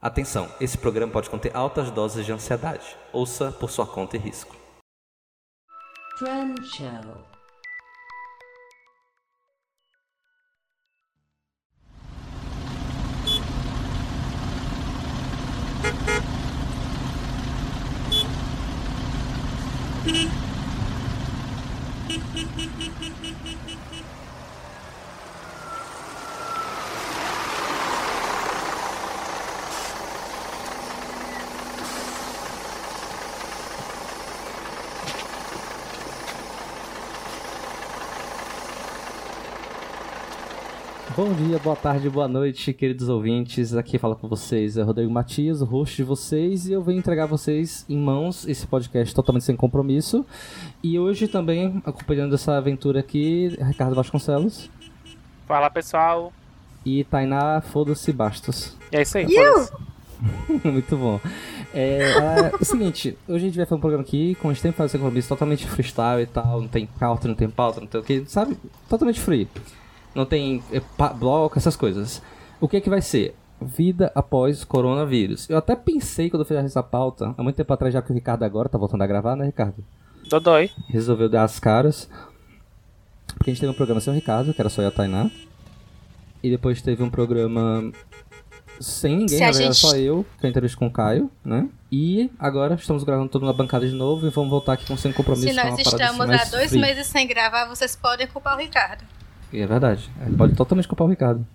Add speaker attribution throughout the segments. Speaker 1: Atenção, esse programa pode conter altas doses de ansiedade. Ouça por sua conta e risco.
Speaker 2: Friend Show.
Speaker 1: Bom dia, boa tarde, boa noite, queridos ouvintes. Aqui fala com vocês é Rodrigo Matias, o host de vocês, e eu venho entregar a vocês em mãos esse podcast totalmente sem compromisso. E hoje também, acompanhando essa aventura aqui, Ricardo Vasconcelos
Speaker 3: Fala pessoal,
Speaker 1: e Tainá Foda-se Bastos.
Speaker 3: e é isso aí. foda-se.
Speaker 1: Muito bom. É, ah, o seguinte, hoje a gente vai fazer um programa aqui, como a gente tem que fazer um compromisso totalmente freestyle e tal, não tem pauta, não tem pauta, não tem o que, sabe? Totalmente free. Não tem é, pa- bloco, essas coisas. O que é que vai ser? Vida após coronavírus. Eu até pensei quando eu fiz essa pauta, há muito tempo atrás, já que o Ricardo agora tá voltando a gravar, né, Ricardo?
Speaker 3: Dodói.
Speaker 1: Resolveu dar as caras. Porque a gente teve um programa sem o Ricardo, que era só eu e a Tainá. E depois teve um programa sem ninguém,
Speaker 4: Se a
Speaker 1: na verdade,
Speaker 4: gente-
Speaker 1: só eu, que eu entrevistei com o Caio, né? E agora estamos gravando tudo na bancada de novo e vamos voltar aqui com sem compromisso.
Speaker 4: Se
Speaker 1: que é uma parada, assim,
Speaker 4: nós estamos há
Speaker 1: mais
Speaker 4: dois
Speaker 1: free.
Speaker 4: meses sem gravar, vocês podem culpar o Ricardo.
Speaker 1: E é verdade. Ele Pode totalmente culpar o Ricardo.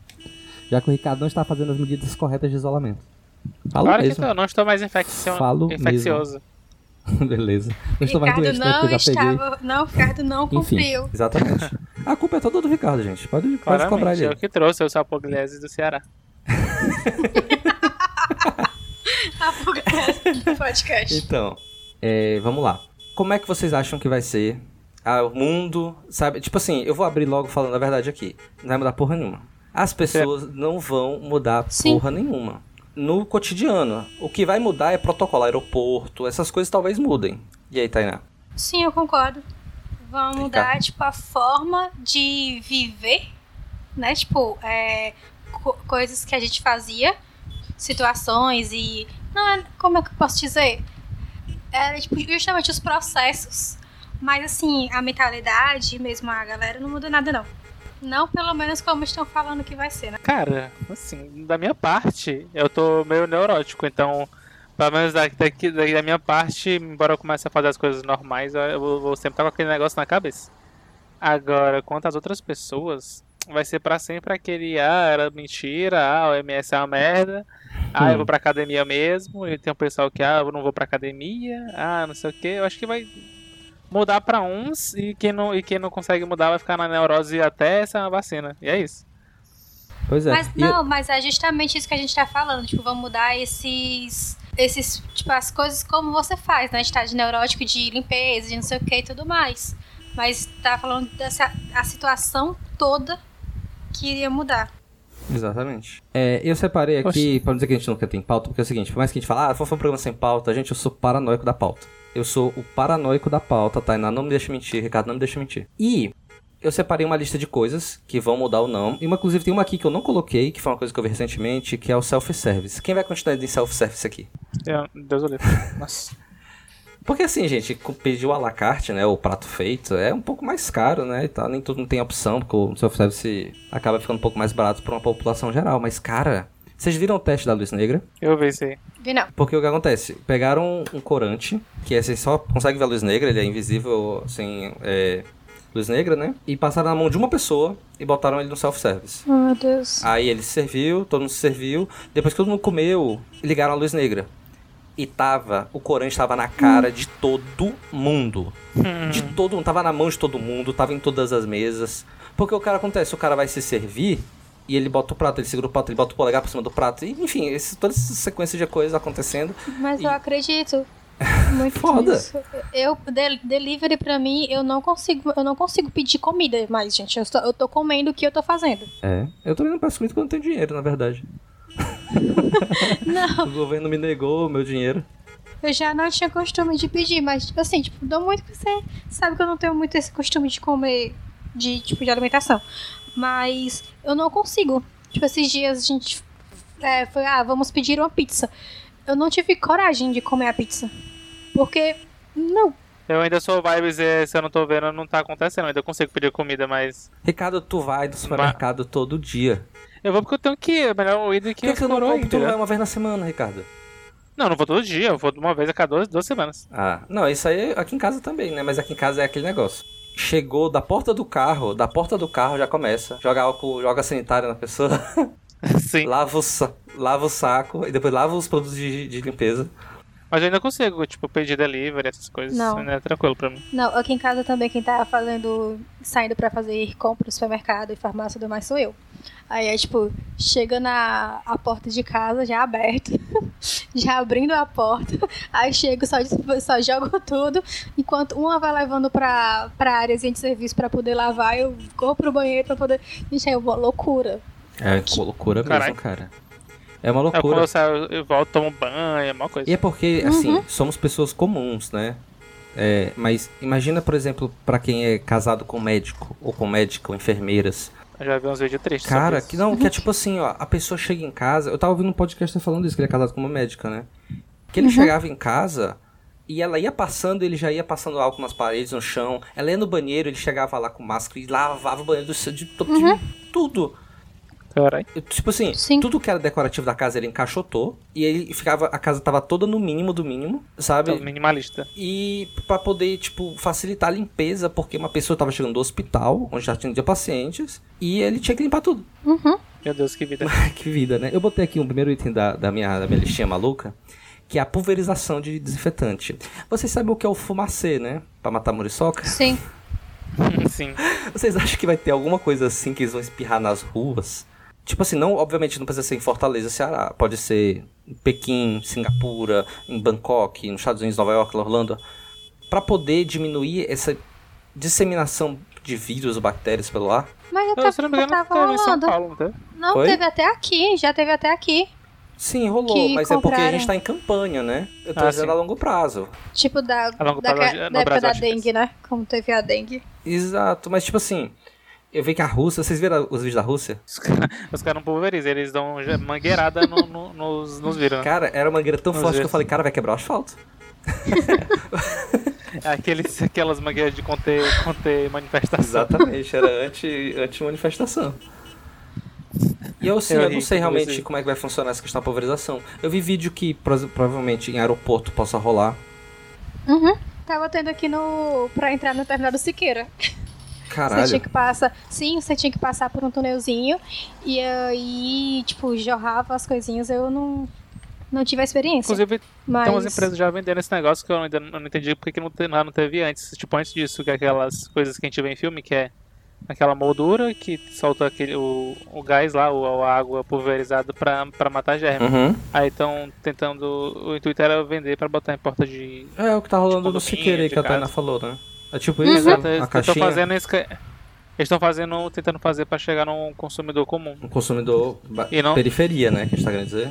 Speaker 1: Já que o Ricardo não está fazendo as medidas corretas de isolamento. Falo
Speaker 3: Claro que
Speaker 1: mesmo.
Speaker 3: não, não estou mais infeccio...
Speaker 1: Falo
Speaker 3: infeccioso. tá.
Speaker 1: Beleza. Não estou mais
Speaker 4: Ricardo
Speaker 1: doente, né?
Speaker 4: não
Speaker 1: Porque eu já peguei.
Speaker 4: estava. Não, Ricardo não
Speaker 1: Enfim,
Speaker 4: cumpriu.
Speaker 1: exatamente. A culpa é toda do Ricardo, gente. Pode, pode cobrar
Speaker 3: Claramente,
Speaker 1: ele.
Speaker 3: eu que trouxe, eu sou a Pugliese do Ceará.
Speaker 4: A fuga do podcast.
Speaker 1: Então, é, vamos lá. Como é que vocês acham que vai ser ah, o mundo, sabe? Tipo assim, eu vou abrir logo falando a verdade aqui. Não vai mudar porra nenhuma. As pessoas não vão mudar
Speaker 4: Sim.
Speaker 1: porra nenhuma. No cotidiano, o que vai mudar é protocolo, aeroporto, essas coisas talvez mudem. E aí, Tainá?
Speaker 4: Sim, eu concordo. Vão
Speaker 1: Ricardo.
Speaker 4: mudar, tipo, a forma de viver, né? Tipo, é, co- coisas que a gente fazia, situações e. Não, é- como é que eu posso dizer? Era, tipo, justamente os processos. Mas, assim, a mentalidade, mesmo a galera, não muda nada, não. Não, pelo menos como estão falando que vai ser, né?
Speaker 3: Cara, assim, da minha parte, eu tô meio neurótico, então, pelo menos da- daqui, daqui da minha parte, embora eu comece a fazer as coisas normais, eu- eu vou, vou sempre estar com aquele negócio na cabeça. Agora, quanto às outras pessoas, vai ser pra sempre aquele, ah, era mentira, ah, o MS é uma merda, ah,
Speaker 1: Hum.
Speaker 3: eu vou pra academia mesmo, e tem um pessoal que, ah, eu não vou pra academia, ah, não sei o que, eu acho que vai mudar pra uns, e quem não, e quem não consegue mudar vai ficar na neurose até essa vacina, e é isso.
Speaker 1: Pois é.
Speaker 4: Mas
Speaker 1: E eu-
Speaker 4: não, mas é justamente isso que a gente tá falando. Tipo, vamos mudar esses. Esses, tipo, as coisas como você faz, né? De estar de neurótico, de limpeza, de não sei o que e tudo mais. Mas tá falando dessa a situação toda que iria mudar.
Speaker 1: Exatamente. É, eu separei aqui, pra não dizer que a gente nunca tem pauta, porque é o seguinte, por mais que a gente fale, ah, foi um programa sem pauta, gente, eu sou paranoico da pauta. Eu sou o paranoico da pauta, Tainá, não me deixa mentir, Ricardo, não me deixa mentir. E eu separei uma lista de coisas que vão mudar ou não. E uma, inclusive, tem uma aqui que eu não coloquei, que foi uma coisa que eu vi recentemente, que é o self-service. Quem vai continuar em self-service aqui?
Speaker 3: Eu- Deus o livre. Nossa.
Speaker 1: Porque assim, gente, co- pedir o à la carte, né, o prato feito, é um pouco mais caro, né, e tal. Nem todo mundo tem opção, porque o self-service acaba ficando um pouco mais barato pra uma população geral. Mas, cara, vocês viram o teste da luz negra?
Speaker 3: Eu vi isso aí.
Speaker 4: Vi não.
Speaker 1: Porque o que acontece? Pegaram um corante, que é, você só consegue ver a luz negra, ele é invisível sem é, luz negra, né? E passaram na mão de uma pessoa e botaram ele no self-service.
Speaker 4: Oh, Meu Deus.
Speaker 1: Aí ele se serviu, todo mundo se serviu. Depois que todo mundo comeu, ligaram a luz negra. E tava, o corante tava na cara de todo mundo. De todo mundo, tava na mão de todo mundo, tava em todas as mesas. Porque o cara acontece, o cara vai se servir e ele bota o prato, ele segura o prato, ele bota o polegar por cima do prato. E, enfim, esse, toda essa sequência de coisas acontecendo.
Speaker 4: Mas
Speaker 1: E-
Speaker 4: eu acredito. Muito
Speaker 1: Foda.
Speaker 4: nisso. Eu, del- delivery pra mim, eu não consigo, eu não consigo pedir comida mais, gente. Eu, só- eu tô comendo o que eu tô fazendo.
Speaker 1: É. Eu também não peço muito quando eu tenho dinheiro, na verdade.
Speaker 4: Não.
Speaker 1: O governo me negou o meu dinheiro.
Speaker 4: Eu já não tinha costume de pedir, mas, tipo assim, tipo, dou muito que você sabe que eu não tenho muito esse costume de comer, de, tipo, de alimentação. Mas eu não consigo. Tipo, esses dias a gente é, foi, ah, vamos pedir uma pizza. Eu não tive coragem de comer a pizza. Porque, não.
Speaker 3: Eu ainda sou vibes e se eu não tô vendo, não tá acontecendo. Eu ainda consigo pedir comida, mas.
Speaker 1: Ricardo, tu vai do supermercado todo dia.
Speaker 3: Eu vou porque eu tenho que ir. É melhor ir do que né?
Speaker 1: Por que, que tu não
Speaker 3: coroa
Speaker 1: vai? Tu
Speaker 3: ainda.
Speaker 1: vai uma vez na semana, Ricardo?
Speaker 3: Não, não vou todo dia, eu vou uma vez a cada duas, duas semanas.
Speaker 1: Ah, não, isso aí aqui em casa também, né? Mas aqui em casa é aquele negócio. Chegou da porta do carro, da porta do carro já começa. Joga álcool, joga sanitário na pessoa,
Speaker 3: Sim.
Speaker 1: lava, o, sa- lava o saco e depois lava os produtos de, de limpeza.
Speaker 3: Mas eu ainda consigo, tipo, pedir delivery, essas coisas.
Speaker 4: Não.
Speaker 3: né? É tranquilo pra mim.
Speaker 4: Não, aqui em casa também quem tá fazendo, saindo pra fazer compra no supermercado e farmácia e tudo mais sou eu. Aí é tipo, chega na a porta de casa já aberta, já abrindo a porta, aí chego, só, só jogo tudo, enquanto uma vai levando pra, pra área de serviço pra poder lavar, eu corro pro banheiro pra poder. Gente, aí é uma loucura.
Speaker 1: É que loucura mesmo,
Speaker 3: Caralho.
Speaker 1: cara. É uma
Speaker 3: É quando
Speaker 1: loucura.
Speaker 3: eu saio, eu volto, tomo banho, é uma coisa.
Speaker 1: E é porque, assim, somos pessoas comuns, né? É, mas imagina, por exemplo, pra quem é casado com médico ou com médico, enfermeiras.
Speaker 3: Eu já vi uns vídeos tristes. sobre
Speaker 1: Cara,
Speaker 3: isso.
Speaker 1: que não, que é tipo assim, ó, a pessoa chega em casa. Eu tava ouvindo um podcast falando isso, que ele é casado com uma médica, né? Que ele chegava em casa e ela ia passando, ele já ia passando álcool nas paredes, no chão. Ela ia no banheiro, ele chegava lá com máscara e lavava o banheiro do seu, de, to- de tudo.
Speaker 3: Caralho.
Speaker 1: Eu, Tipo assim,
Speaker 4: Sim.
Speaker 1: tudo que era decorativo da casa ele encaixotou e ele ficava, a casa tava toda no mínimo do mínimo, sabe?
Speaker 3: Tô Minimalista.
Speaker 1: E pra poder, tipo, facilitar a limpeza, porque uma pessoa tava chegando do hospital, onde já tinha pacientes, e ele tinha que limpar tudo.
Speaker 3: Meu Deus, que vida.
Speaker 1: que vida, né? Eu botei aqui um primeiro item da, da minha, da minha listinha maluca, que é a pulverização de desinfetante. Vocês sabem o que é o fumacê, né? Pra matar muriçoca?
Speaker 4: Sim.
Speaker 3: Sim.
Speaker 1: Vocês acham que vai ter alguma coisa assim que eles vão espirrar nas ruas? Tipo assim, não, obviamente não precisa ser em Fortaleza, Ceará. Pode ser em Pequim, Singapura, em Bangkok, nos Estados Unidos, Nova York, Orlando. Pra poder diminuir essa disseminação de vírus ou bactérias pelo ar.
Speaker 4: Mas eu,
Speaker 3: Eu, se não me
Speaker 4: tava, eu
Speaker 3: engano,
Speaker 4: tava
Speaker 3: teve em São
Speaker 4: rolando.
Speaker 3: Paulo, não teve?
Speaker 4: Não,
Speaker 1: Oi?
Speaker 4: teve até aqui, já teve até aqui.
Speaker 1: Sim, rolou,
Speaker 4: Que
Speaker 1: mas é porque a gente
Speaker 4: compraram.
Speaker 1: tá em campanha, né? Eu tô
Speaker 3: Ah,
Speaker 1: dizendo
Speaker 3: sim.
Speaker 1: a longo prazo.
Speaker 4: Tipo da,
Speaker 3: A longo
Speaker 4: da,
Speaker 3: prazo,
Speaker 4: da
Speaker 3: no
Speaker 4: época
Speaker 3: Brasil,
Speaker 4: da
Speaker 3: acho que é
Speaker 4: dengue, né? Como teve a dengue.
Speaker 1: Exato, mas tipo assim, eu vi que a Rússia, vocês viram os vídeos da Rússia?
Speaker 3: Os caras os cara não pulverizam, eles dão já- mangueirada no- no- nos, nos vírus. né?
Speaker 1: Cara, era uma mangueira tão
Speaker 3: Vamos
Speaker 1: forte
Speaker 3: ver.
Speaker 1: que eu falei, cara, vai quebrar o asfalto.
Speaker 3: Aqueles, aquelas mangueiras de conter, conter manifestação.
Speaker 1: Exatamente, era anti- anti-manifestação. e eu, assim,
Speaker 3: Eu
Speaker 1: eu,
Speaker 3: ri,
Speaker 1: não sei realmente
Speaker 3: inclusive.
Speaker 1: como é que vai funcionar essa questão da pulverização. Eu vi vídeo que pro- provavelmente em aeroporto possa rolar.
Speaker 4: Tava tendo aqui no. pra entrar no terminal do Siqueira. Você tinha
Speaker 1: Caralho.
Speaker 4: que passar. Sim, você tinha que passar por um tunelzinho. E aí, tipo, jorrava as coisinhas. Eu não. Não tive a experiência.
Speaker 3: Inclusive,
Speaker 4: mas.
Speaker 3: Então as empresas já vendendo esse negócio que eu ainda não não entendi porque que não, te- lá não teve antes. Tipo, antes disso, que é aquelas coisas que a gente vê em filme, que é aquela moldura que solta aquele, o, o gás lá, ou a água pulverizada pra, pra matar germe.
Speaker 1: Uhum.
Speaker 3: Aí estão tentando. O intuito era vender pra botar em porta de.
Speaker 1: É o que tá rolando
Speaker 3: Tipo,
Speaker 1: no
Speaker 3: do
Speaker 1: Siqueira
Speaker 3: vinho,
Speaker 1: aí,
Speaker 3: de
Speaker 1: que a Tainá
Speaker 3: casa.
Speaker 1: falou, né? É tipo isso,
Speaker 3: Exato,
Speaker 1: né?
Speaker 3: eles
Speaker 1: a
Speaker 3: estão
Speaker 1: caixinha,
Speaker 3: fazendo isso. que- Eles estão fazendo. tentando fazer pra chegar num consumidor comum.
Speaker 1: um consumidor ba-
Speaker 3: E não-
Speaker 1: periferia, né? Que a gente tá querendo dizer.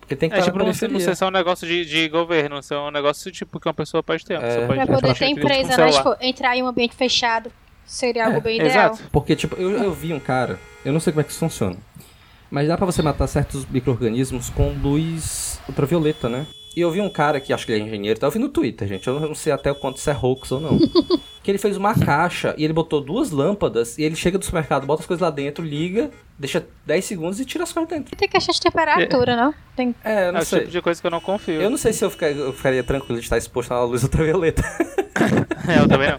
Speaker 1: Porque tem que
Speaker 3: É
Speaker 1: estar
Speaker 3: tipo,
Speaker 1: na
Speaker 3: não, ser- não
Speaker 1: periferia.
Speaker 3: ser só um negócio de, de governo, ser um negócio tipo que uma pessoa pode ter. um Uma
Speaker 1: É.
Speaker 3: pessoa pode
Speaker 4: Pra
Speaker 1: Gente,
Speaker 4: poder
Speaker 1: acho
Speaker 4: ter
Speaker 3: que tem
Speaker 4: empresa,
Speaker 3: que
Speaker 4: né?
Speaker 3: ser
Speaker 4: Tipo, entrar em um ambiente fechado seria algo bem ideal.
Speaker 3: É, Exato.
Speaker 1: Porque, tipo, eu, eu vi um cara, eu não sei como é que isso funciona, mas dá pra você matar certos micro-organismos com luz ultravioleta, né? E eu vi um cara que acho que ele é engenheiro, tá eu vi no Twitter, gente, eu não sei até o quanto isso é hoax ou não. que ele fez uma caixa e ele botou duas lâmpadas e ele chega do supermercado, bota as coisas lá dentro, liga, deixa 10 segundos e tira as coisas dentro.
Speaker 4: Tem questão de temperatura, não? Tem...
Speaker 1: É, eu
Speaker 3: É
Speaker 1: não
Speaker 3: o
Speaker 1: sei.
Speaker 3: tipo de coisa que eu não confio.
Speaker 1: Eu não sei se eu, ficar- eu ficaria tranquilo de estar exposto à luz ultravioleta.
Speaker 3: É, eu também não.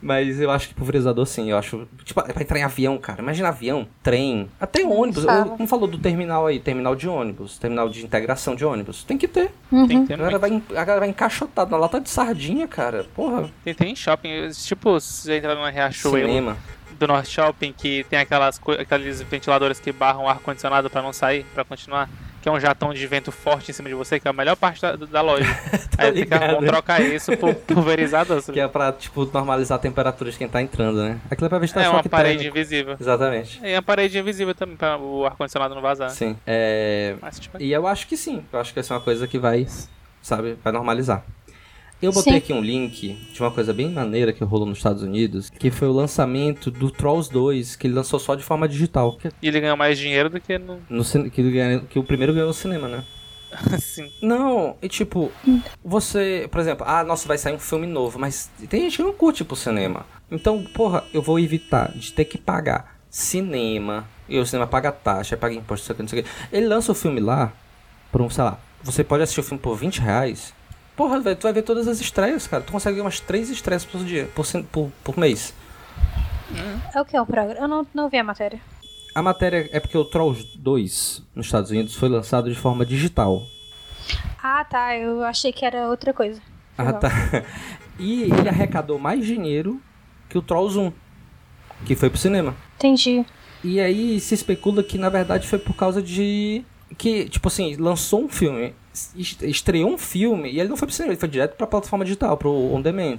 Speaker 1: Mas eu acho que pulverizador sim, eu acho. Tipo, é pra entrar em avião, cara. Imagina avião, trem, até ônibus.
Speaker 4: fala.
Speaker 1: Eu, como falou do terminal aí, terminal de ônibus, terminal de integração de ônibus. Tem que ter.
Speaker 4: Uhum.
Speaker 3: Tem,
Speaker 1: A
Speaker 3: tem,
Speaker 1: galera vai, en- a galera vai encaixotada na lata de sardinha, cara. Porra.
Speaker 3: tem, tem shopping, tipo, se você entrar numa Riachuelo
Speaker 1: Cinema.
Speaker 3: do Norte Shopping, que tem aquelas, co- aqueles ventiladores que barram o ar-condicionado pra não sair, pra continuar, que é um jatão de vento forte em cima de você, que é a melhor parte da, da loja. Aí fica
Speaker 1: Tá ligado. né?
Speaker 3: bom trocar isso por pulverizador.
Speaker 1: Que
Speaker 3: sabe?
Speaker 1: é pra, tipo, normalizar a temperatura de quem tá entrando, né? Aquilo é pra ver se tá
Speaker 3: É uma
Speaker 1: choque
Speaker 3: parede
Speaker 1: térmico.
Speaker 3: invisível.
Speaker 1: Exatamente.
Speaker 3: É uma parede invisível também, pra o ar-condicionado não vazar.
Speaker 1: Sim. É,
Speaker 3: Mas, tipo,
Speaker 1: E eu acho que sim. Eu acho que essa é uma coisa que vai, sabe, vai normalizar. Eu botei
Speaker 4: Sim.
Speaker 1: aqui um link de uma coisa bem maneira que rolou nos Estados Unidos, que foi o lançamento do Trolls 2, que ele lançou só de forma digital. Que,
Speaker 3: E ele ganhou mais dinheiro do que no.
Speaker 1: no cine- que ele ganha- que o primeiro ganhou no cinema, né?
Speaker 3: Assim.
Speaker 1: Não, e tipo, você, por exemplo, ah, nossa, vai sair um filme novo, mas tem gente que não curte ir pro cinema. Então, porra, eu vou evitar de ter que pagar cinema, e o cinema paga taxa, paga imposto, não sei o que, não sei o que. Ele lança o filme lá, por um, sei lá, você pode assistir o filme por 20 reais. Porra, velho, tu vai ver todas as estreias, cara. Tu consegue ver umas três estreias por dia, por, cin- por, por mês.
Speaker 4: É o que é o programa? Eu não, não vi a matéria.
Speaker 1: A matéria é porque o Trolls 2 nos Estados Unidos foi lançado de forma digital.
Speaker 4: Ah, tá. Eu achei que era outra coisa. Foi
Speaker 1: Ah,
Speaker 4: mal.
Speaker 1: tá. E ele arrecadou mais dinheiro que o Trolls 1, que foi pro cinema.
Speaker 4: Entendi.
Speaker 1: E aí se especula que na verdade foi por causa de. Que, tipo assim, lançou um filme, est- estreou um filme e ele não foi pro cinema, ele foi direto pra plataforma digital, pro on demand.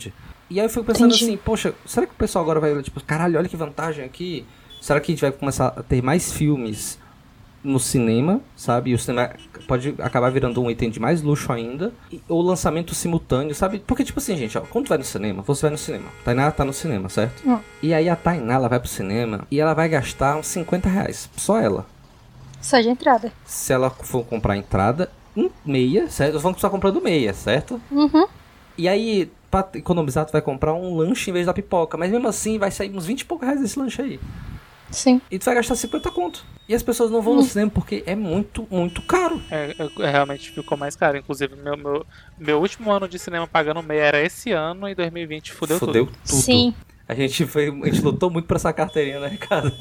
Speaker 1: E aí eu fico pensando
Speaker 4: Entendi.
Speaker 1: assim, poxa, será que o pessoal agora vai, tipo, caralho, olha que vantagem aqui? Será que a gente vai começar a ter mais filmes no cinema, sabe? E o cinema pode acabar virando um item de mais luxo ainda. E- ou lançamento simultâneo, sabe? Porque, tipo assim, gente, ó, quando tu vai no cinema, você vai no cinema. Tainá tá no cinema, certo?
Speaker 4: Hum.
Speaker 1: E aí a Tainá, ela vai pro cinema e ela vai gastar uns 50 reais. Só ela.
Speaker 4: Só de entrada.
Speaker 1: Se ela for comprar a entrada, um meia, certo? Eu tô falando que tu tá comprando meia, certo?
Speaker 4: Uhum.
Speaker 1: E aí, pra economizar, tu vai comprar um lanche em vez da pipoca. Mas mesmo assim, vai sair uns 20 e poucos reais desse lanche aí.
Speaker 4: Sim.
Speaker 1: E tu vai gastar 50 conto. E as pessoas não vão
Speaker 4: Uhum.
Speaker 1: no cinema porque é muito, muito caro.
Speaker 3: É, é, é, realmente ficou mais caro. Inclusive, meu, meu, meu último ano de cinema pagando meia era esse ano e 2020 fudeu,
Speaker 1: Fudeu
Speaker 3: tudo.
Speaker 1: tudo.
Speaker 4: Sim.
Speaker 1: A gente, foi, a gente lutou muito pra essa carteirinha, né, cara?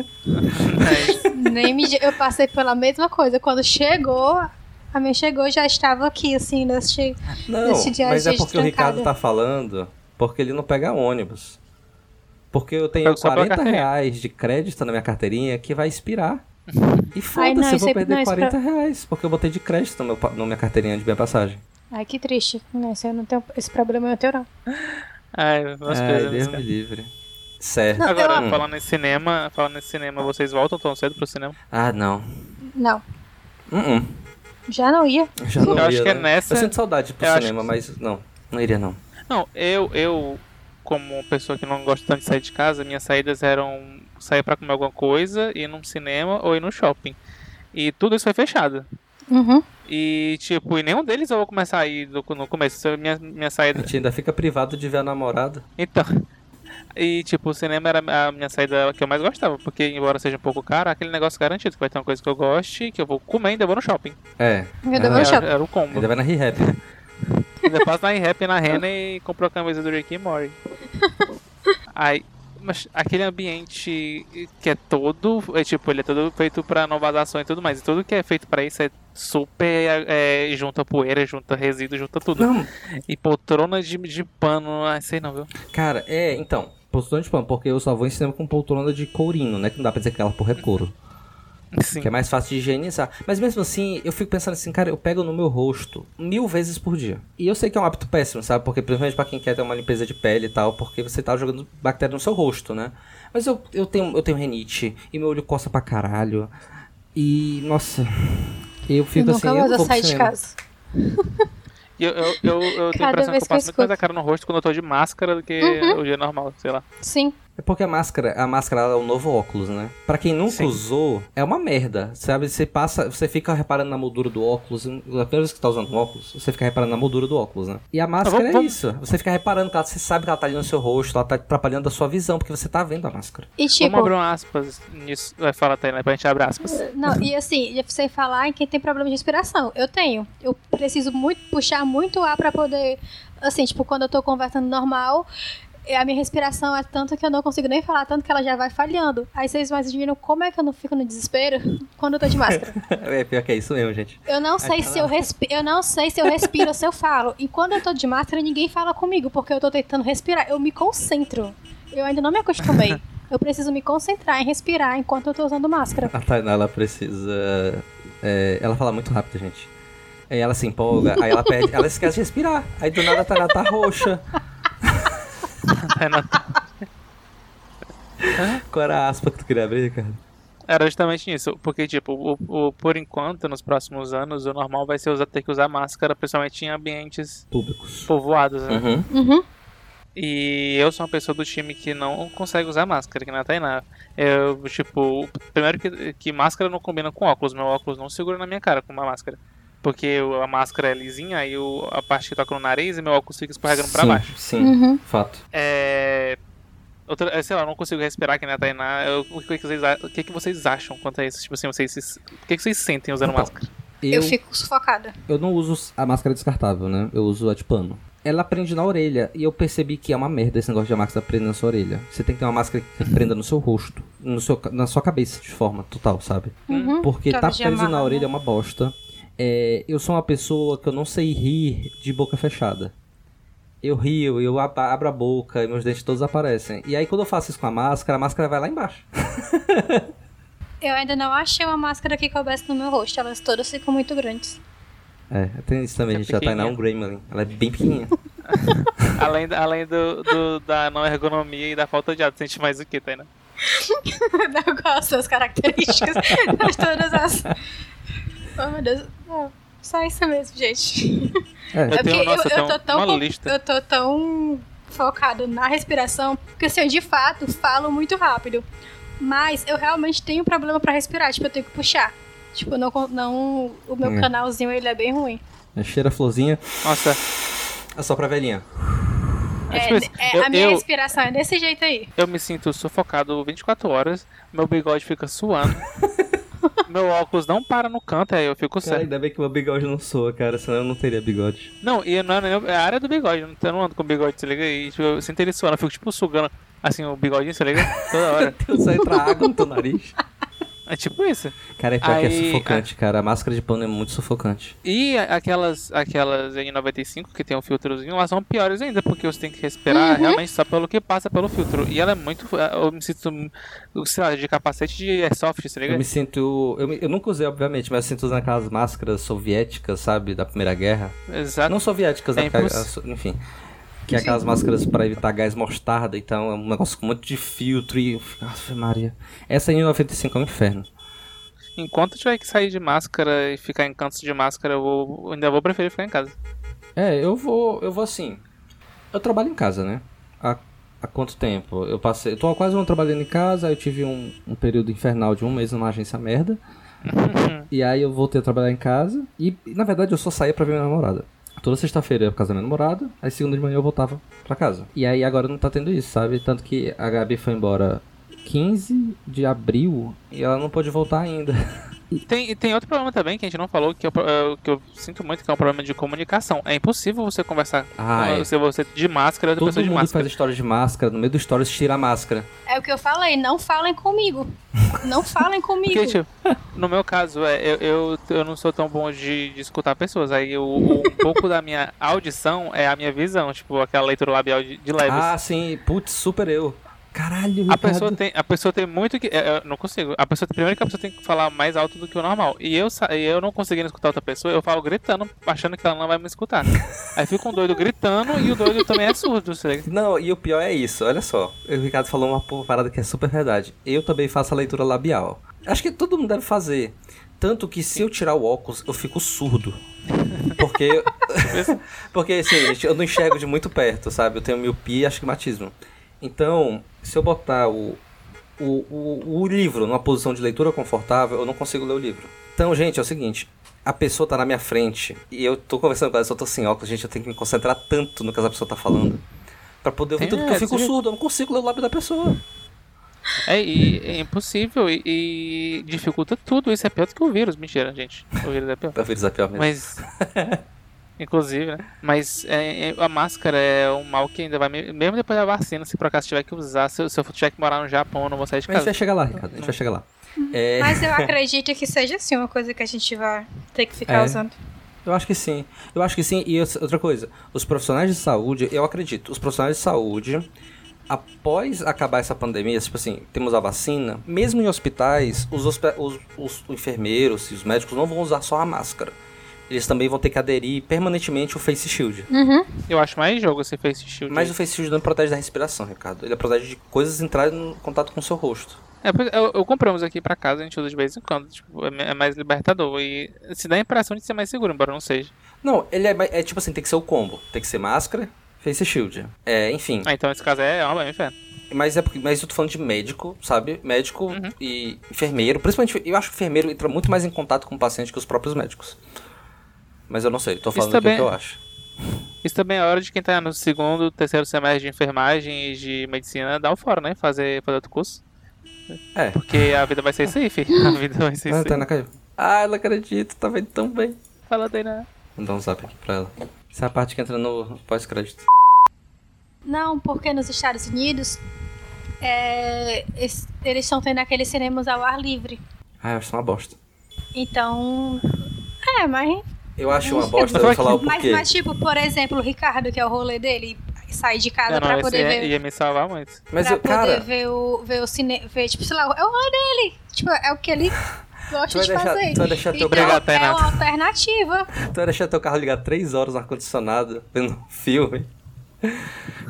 Speaker 3: Mas,
Speaker 4: Nem me... di- Eu passei pela mesma coisa. Quando chegou, a minha chegou já estava aqui, assim, nesse...
Speaker 1: Não,
Speaker 4: Esse dia
Speaker 1: mas
Speaker 4: a
Speaker 1: é
Speaker 4: gente
Speaker 1: porque o
Speaker 4: trancada.
Speaker 1: Ricardo tá falando, porque ele não pega ônibus. Porque eu tenho
Speaker 3: Eu só pego a
Speaker 1: 40
Speaker 3: carteirinha.
Speaker 1: reais de crédito na minha carteirinha que vai expirar. E
Speaker 4: não,
Speaker 1: foda-se, eu
Speaker 4: isso
Speaker 1: vou
Speaker 4: é-
Speaker 1: perder
Speaker 4: não, isso
Speaker 1: 40 reais, porque eu botei de crédito no meu pa- na minha carteirinha de minha passagem.
Speaker 4: Ai, que triste. Não, esse, eu não tenho... esse problema é eu não tenho, não.
Speaker 3: ai, umas
Speaker 1: Ai, É,
Speaker 3: coisas,
Speaker 1: Deus
Speaker 3: né?
Speaker 1: me livre. Certo.
Speaker 4: Não,
Speaker 3: Agora,
Speaker 1: eu-
Speaker 3: falando em cinema, falando em cinema, vocês voltam tão cedo pro cinema?
Speaker 1: Ah, não.
Speaker 4: Não.
Speaker 1: Uh-uh.
Speaker 4: Já não ia.
Speaker 1: Já não
Speaker 3: Eu acho
Speaker 1: ia,
Speaker 3: que é
Speaker 1: né?
Speaker 3: nessa-
Speaker 1: Eu sinto saudade pro
Speaker 3: eu acho
Speaker 1: cinema,
Speaker 3: que-
Speaker 1: mas não. Não iria, não.
Speaker 3: Não, eu, eu, como pessoa que não gosta tanto de sair de casa, minhas saídas eram sair pra comer alguma coisa, ir num cinema ou ir no shopping. E tudo isso foi fechado.
Speaker 4: Uhum.
Speaker 3: E, tipo, e nenhum deles eu vou começar a ir do- no começo. Isso é Minha, minha
Speaker 1: A
Speaker 3: saída.
Speaker 1: gente ainda fica privado de ver a namorada.
Speaker 3: Então. E, tipo, o cinema era a minha saída que eu mais gostava, porque, embora seja um pouco caro, é aquele negócio garantido que vai ter uma coisa que eu goste, que eu vou comer e ainda vou no shopping.
Speaker 1: É.
Speaker 4: Eu
Speaker 1: Ah,
Speaker 4: dou meu
Speaker 1: é.
Speaker 3: Era,
Speaker 4: choque.
Speaker 3: era o combo.
Speaker 1: Ainda vai na Rehab.
Speaker 3: Ainda passo na rap na Rena e compro a camisa do Rick e Morty. Aí, mas aquele ambiente que é todo, é tipo, ele é todo feito pra novadação e tudo mais. E tudo que é feito pra isso é super, é, junta poeira, junta resíduo, junta tudo.
Speaker 1: Não,
Speaker 3: E poltrona de, de pano, ah, sei não, viu?
Speaker 1: Cara, é, então, poltrona de pano, porque eu só vou em cinema com poltrona de courino, né? Que não dá pra dizer que ela porra é couro.
Speaker 3: Sim.
Speaker 1: Que é mais fácil de higienizar. Mas mesmo assim, eu fico pensando assim, cara, eu pego no meu rosto mil vezes por dia. E eu sei que é um hábito péssimo, sabe? Porque principalmente pra quem quer ter uma limpeza de pele e tal, porque você tá jogando bactéria no seu rosto, né? Mas eu, eu, tenho, eu tenho renite, e meu olho coça pra caralho. E, nossa, eu
Speaker 4: Eu
Speaker 1: fico assim,
Speaker 4: nunca mais
Speaker 1: eu não
Speaker 4: vou
Speaker 1: vou pro
Speaker 4: sair de
Speaker 1: cinema.
Speaker 4: casa.
Speaker 3: E eu, eu, eu, eu tenho a
Speaker 4: Cada
Speaker 3: impressão que eu passo
Speaker 4: vez que eu
Speaker 3: muito mais
Speaker 4: escuto. Uhum.
Speaker 3: a cara no rosto quando eu tô de máscara do que o dia normal, sei lá.
Speaker 4: Sim.
Speaker 1: É porque a máscara, a máscara ela é o novo óculos, né? Pra quem nunca
Speaker 3: Sim.
Speaker 1: usou, é uma merda. Sabe, você passa, você fica reparando na moldura do óculos, a primeira vez que tá usando um óculos, você fica reparando na moldura do óculos, né? E a máscara
Speaker 3: vamos-
Speaker 1: é isso. Você fica reparando que ela, você sabe que ela tá ali no seu rosto, ela tá atrapalhando a sua visão, porque você tá vendo a máscara.
Speaker 4: E tipo,
Speaker 3: Vamos abrir um aspas nisso. Vai falar, Tainá, pra gente abrir aspas.
Speaker 4: Não, e assim, já você falar em quem tem problema de respiração. Eu tenho. Eu preciso muito puxar muito ar pra poder. Assim, tipo, quando eu tô conversando normal, eh, a minha respiração é tanto que eu não consigo nem falar, tanto que ela já vai falhando. Aí vocês mais imaginam como é que eu não fico no desespero quando eu tô de máscara.
Speaker 1: É pior que é isso mesmo, gente.
Speaker 4: Eu não sei se eu respiro, eu não sei se eu respiro ou se eu falo. E quando eu tô de máscara, ninguém fala comigo, porque eu tô tentando respirar. Eu me concentro. Eu ainda não me acostumei. Eu preciso me concentrar em respirar enquanto eu tô usando máscara.
Speaker 1: A Tainá, ela precisa. é, ela fala muito rápido, gente. Aí ela se empolga, aí ela perde, ela esquece de respirar. Aí do nada a Tainá tá roxa.
Speaker 3: Tainá, tá-
Speaker 1: Qual era a aspa que tu queria abrir, cara?
Speaker 3: Era justamente isso, porque, tipo, o, o, por enquanto, nos próximos anos, o normal vai ser usar, ter que usar máscara, principalmente em ambientes
Speaker 1: Públicos.
Speaker 3: povoados, né?
Speaker 1: Uhum.
Speaker 4: Uhum.
Speaker 3: E eu sou uma pessoa do time que não consegue usar máscara, que não tá nada. Eu, tipo, primeiro que, que máscara não combina com óculos, meu óculos não segura na minha cara com uma máscara. Porque eu- a máscara é lisinha e o- a parte que toca no nariz e meu óculos fica escorregando pra
Speaker 1: Sim,
Speaker 3: baixo.
Speaker 1: Sim,
Speaker 4: Uhum.
Speaker 1: fato.
Speaker 3: É. Outra, é, sei lá, eu não consigo respirar que nem a Tainá. Eu- o, que que vocês, a- o que que vocês acham quanto a isso? Tipo assim, vocês, se- o que que vocês sentem usando
Speaker 1: Então,
Speaker 3: máscara?
Speaker 4: Eu
Speaker 1: Eu,
Speaker 4: fico sufocada.
Speaker 1: eu não uso a máscara descartável, né? Eu uso a de pano. Ela prende na orelha e eu percebi que é uma merda esse negócio de a máscara prendendo na sua orelha. Você tem que ter uma máscara que prenda no seu rosto, no seu, ca- na sua cabeça de forma total, sabe?
Speaker 4: Uhum.
Speaker 1: Porque
Speaker 4: Toda
Speaker 1: tá
Speaker 4: de
Speaker 1: preso
Speaker 4: amarra,
Speaker 1: na orelha
Speaker 4: né?
Speaker 1: é uma bosta. É, eu sou uma pessoa que eu não sei rir de boca fechada. Eu rio, eu aba- abro a boca e meus dentes todos aparecem. E aí quando eu faço isso com a máscara, a máscara vai lá embaixo.
Speaker 4: Eu ainda não achei uma máscara que coubesse no meu rosto. Elas todas ficam muito grandes.
Speaker 1: É, tem isso também,
Speaker 3: É
Speaker 1: a gente já tá em um
Speaker 3: pequenininha.
Speaker 1: gremlin. Ela é bem pequenininha.
Speaker 3: Além, da- além do, do- da não ergonomia e da falta de ar, tu sente mais o que, Tainá?
Speaker 4: eu gosto das características. mas todas as. Oh, meu Deus. Não, só isso mesmo, gente.
Speaker 1: É.
Speaker 3: Eu
Speaker 4: É porque
Speaker 3: tenho,
Speaker 4: eu,
Speaker 3: nossa, eu tenho
Speaker 4: eu tô tão.
Speaker 3: uma
Speaker 4: com-
Speaker 3: lista.
Speaker 4: Eu tô tão focada na respiração, porque assim, eu de fato falo muito rápido. Mas eu realmente tenho problema pra respirar, tipo, eu tenho que puxar. Tipo, eu não, con- não, o meu
Speaker 1: Hum.
Speaker 4: canalzinho ele é bem ruim.
Speaker 1: Cheira a florzinha,
Speaker 3: Nossa,
Speaker 1: é só pra velhinha.
Speaker 3: é,
Speaker 4: É,
Speaker 3: tipo assim,
Speaker 4: é,
Speaker 3: eu,
Speaker 4: a minha
Speaker 3: eu,
Speaker 4: respiração é desse jeito aí.
Speaker 3: eu me sinto sufocado 24 horas, meu bigode fica suando, meu óculos não para no canto, aí eu fico
Speaker 1: Cara,
Speaker 3: sério.
Speaker 1: ainda bem que meu bigode não soa, cara, senão eu não teria bigode.
Speaker 3: Não, e não é, nem- é a área do bigode, eu não- eu não ando com bigode, se liga? E tipo, eu sinto ele suando, eu fico tipo sugando assim o bigodinho, se liga? Toda hora.
Speaker 1: Eu só entra água no teu nariz.
Speaker 3: É tipo isso.
Speaker 1: Cara, é pior que é
Speaker 3: Aí-
Speaker 1: sufocante, cara. A máscara de pano é muito sufocante.
Speaker 3: E a- aquelas, aquelas N95 que tem um filtrozinho, elas são piores ainda, porque você tem que respirar
Speaker 1: Uhum.
Speaker 3: realmente só pelo que passa pelo filtro. E ela é muito. Eu me sinto, sei lá, de capacete de airsoft, se liga?
Speaker 1: Eu me sinto. Eu, me- eu nunca usei, obviamente, mas eu sinto usando aquelas máscaras soviéticas, sabe? Da Primeira Guerra.
Speaker 3: Exato.
Speaker 1: Não soviéticas,
Speaker 3: É
Speaker 1: né? porque a-
Speaker 3: imposs-
Speaker 1: a so- enfim. Que é aquelas máscaras pra evitar gás mostarda, então é um negócio com muito de filtro e. eu fico, Nossa, Maria. Essa N95 é um inferno.
Speaker 3: Enquanto eu tiver que sair de máscara e ficar em cantos de máscara, eu, vou, eu ainda vou preferir ficar em casa.
Speaker 1: É, eu vou. Eu vou assim. Eu trabalho em casa, né? Há, há quanto tempo? Eu passei. Eu tô há quase um ano trabalhando em casa, aí eu tive um, um período infernal de um mês numa agência merda. e aí eu voltei a trabalhar em casa. E, na verdade, eu só saía pra ver minha namorada. Toda sexta-feira eu ia pra casa da minha namorada, aí segunda de manhã eu voltava pra casa. E aí agora não tá tendo isso, sabe? Tanto que a Gabi foi embora 15 de abril e ela não pôde voltar ainda.
Speaker 3: E tem, e tem outro problema também que a gente não falou, que eu, é, que eu sinto muito, que é um problema de comunicação. É impossível você conversar
Speaker 1: Ah,
Speaker 3: com
Speaker 1: é.
Speaker 3: você, você de máscara e outra
Speaker 1: Todo
Speaker 3: pessoa
Speaker 1: mundo
Speaker 3: de máscara.
Speaker 1: faz história de máscara, no meio do stories tira a máscara.
Speaker 4: É o que eu falei, não falem comigo. Não falem comigo.
Speaker 3: Porque, tipo, no meu caso, é, eu, eu, eu não sou tão bom de, de escutar pessoas. Aí eu- um pouco da minha audição é a minha visão, tipo, aquela leitura labial de, de leves.
Speaker 1: Ah, sim. Putz, super eu. Caralho,
Speaker 3: a
Speaker 1: Ricardo.
Speaker 3: pessoa, tem, a pessoa tem muito que. é, Eu não consigo. A pessoa, primeiro que a pessoa tem que falar mais alto do que o normal. E eu, sa- e eu não conseguindo escutar outra pessoa, eu falo gritando, achando que ela não vai me escutar. Aí fica um doido gritando e o doido também é surdo. você liga?
Speaker 1: Não, e o pior é isso, olha só. O Ricardo falou uma pô- parada que é super verdade. Eu também faço a leitura labial. Acho que todo mundo deve fazer. Tanto que se eu tirar o óculos, eu fico surdo. Porque. porque, assim, gente, eu não enxergo de muito perto, sabe? Eu tenho miopia e astigmatismo. Então, se eu botar o, o, o, o livro numa posição de leitura confortável, eu não consigo ler o livro. Então, gente, é o seguinte. A pessoa tá na minha frente e eu tô conversando com ela, só tô sem óculos, gente, eu tenho que me concentrar tanto no que essa pessoa tá falando. Pra poder ouvir
Speaker 3: Tem
Speaker 1: tudo, porque eu
Speaker 3: essa,
Speaker 1: fico
Speaker 3: gente.
Speaker 1: surdo, eu não consigo ler o lábio da pessoa.
Speaker 3: É, e, é impossível e, e dificulta tudo. Isso é pior do que o vírus. Mentira, gente. O vírus é pior.
Speaker 1: Pra ver desafiar mesmo.
Speaker 3: Mas. Inclusive, né? Mas é, é, a máscara é um mal que ainda vai. me- Mesmo depois da vacina, se por acaso tiver que usar, se eu, se eu tiver que morar no Japão, eu não vou sair de
Speaker 1: Mas a gente
Speaker 3: casa.
Speaker 1: vai chegar lá, Ricardo, a gente vai chegar lá. É,
Speaker 4: Mas eu acredito que seja assim uma coisa que a gente vai ter que ficar
Speaker 1: É.
Speaker 4: usando.
Speaker 1: eu acho que sim. Eu acho que sim. E outra outra coisa, os profissionais de saúde, eu acredito, os profissionais de saúde, após acabar essa pandemia, tipo assim, temos a vacina, mesmo em hospitais, os, hospe- os- os enfermeiros e os médicos não vão usar só a máscara. Eles também vão ter que aderir permanentemente o face shield.
Speaker 3: Eu acho mais jogo esse Face Shield.
Speaker 1: Mas o face shield não protege da respiração, Ricardo. Ele protege de coisas entrarem no contato com o seu rosto.
Speaker 3: É, pois eu, eu comprei uns aqui pra casa, a gente usa de vez em quando. Tipo, é, me- é mais libertador. E se dá a impressão de ser mais seguro, embora não seja.
Speaker 1: Não, ele é, é tipo assim, tem que ser o combo. Tem que ser máscara, face shield. É, enfim.
Speaker 3: Ah, então esse caso é uma bem inferno.
Speaker 1: Mas é porque mas eu tô falando de médico, sabe? Médico
Speaker 3: Uhum.
Speaker 1: e enfermeiro. Principalmente, eu acho que o enfermeiro entra muito mais em contato com o paciente que os próprios médicos. Mas eu não sei, tô falando aqui o
Speaker 3: também-
Speaker 1: que eu acho.
Speaker 3: Isso também é hora de quem tá no segundo, terceiro semestre de enfermagem e de medicina dar um fora, né? Fazer, fazer outro curso.
Speaker 1: É.
Speaker 3: Porque a vida vai ser isso aí, filho. A vida vai ser
Speaker 1: Ah,
Speaker 3: isso
Speaker 1: tá
Speaker 3: aí.
Speaker 1: na caixa. Ah, ela acredita, tá vendo tão bem.
Speaker 3: Fala daí, né?
Speaker 1: Vou dar um zap aqui pra ela. Essa é a parte que entra no pós-crédito.
Speaker 4: Não, porque nos Estados Unidos é, es- eles estão tendo aqueles cinemas ao ar livre.
Speaker 1: Ah, eu acho isso uma bosta.
Speaker 4: Então. É, mas.
Speaker 1: Eu acho uma bosta, eu vou falar o
Speaker 4: Mas,
Speaker 1: porquê.
Speaker 4: mas, tipo, por exemplo, o Ricardo, que é o rolê dele, sai de
Speaker 3: Não,
Speaker 4: casa
Speaker 3: não,
Speaker 4: pra
Speaker 3: esse é
Speaker 4: poder
Speaker 3: ia,
Speaker 4: ver.
Speaker 3: ia me salvar muito.
Speaker 1: Mas
Speaker 4: pra
Speaker 1: eu,
Speaker 4: poder
Speaker 1: cara,
Speaker 4: ver o, ver o cinema. Ver, tipo, sei lá, é o rolê dele. Tipo, é o que ele
Speaker 1: Tu
Speaker 4: gosta
Speaker 1: vai
Speaker 4: de
Speaker 1: deixar-
Speaker 4: fazer.
Speaker 1: tu vai deixar teu
Speaker 4: então,
Speaker 3: obrigado,
Speaker 4: é
Speaker 3: Renata.
Speaker 4: uma alternativa.
Speaker 1: tu vai deixar teu carro ligar três horas no ar-condicionado vendo um filme.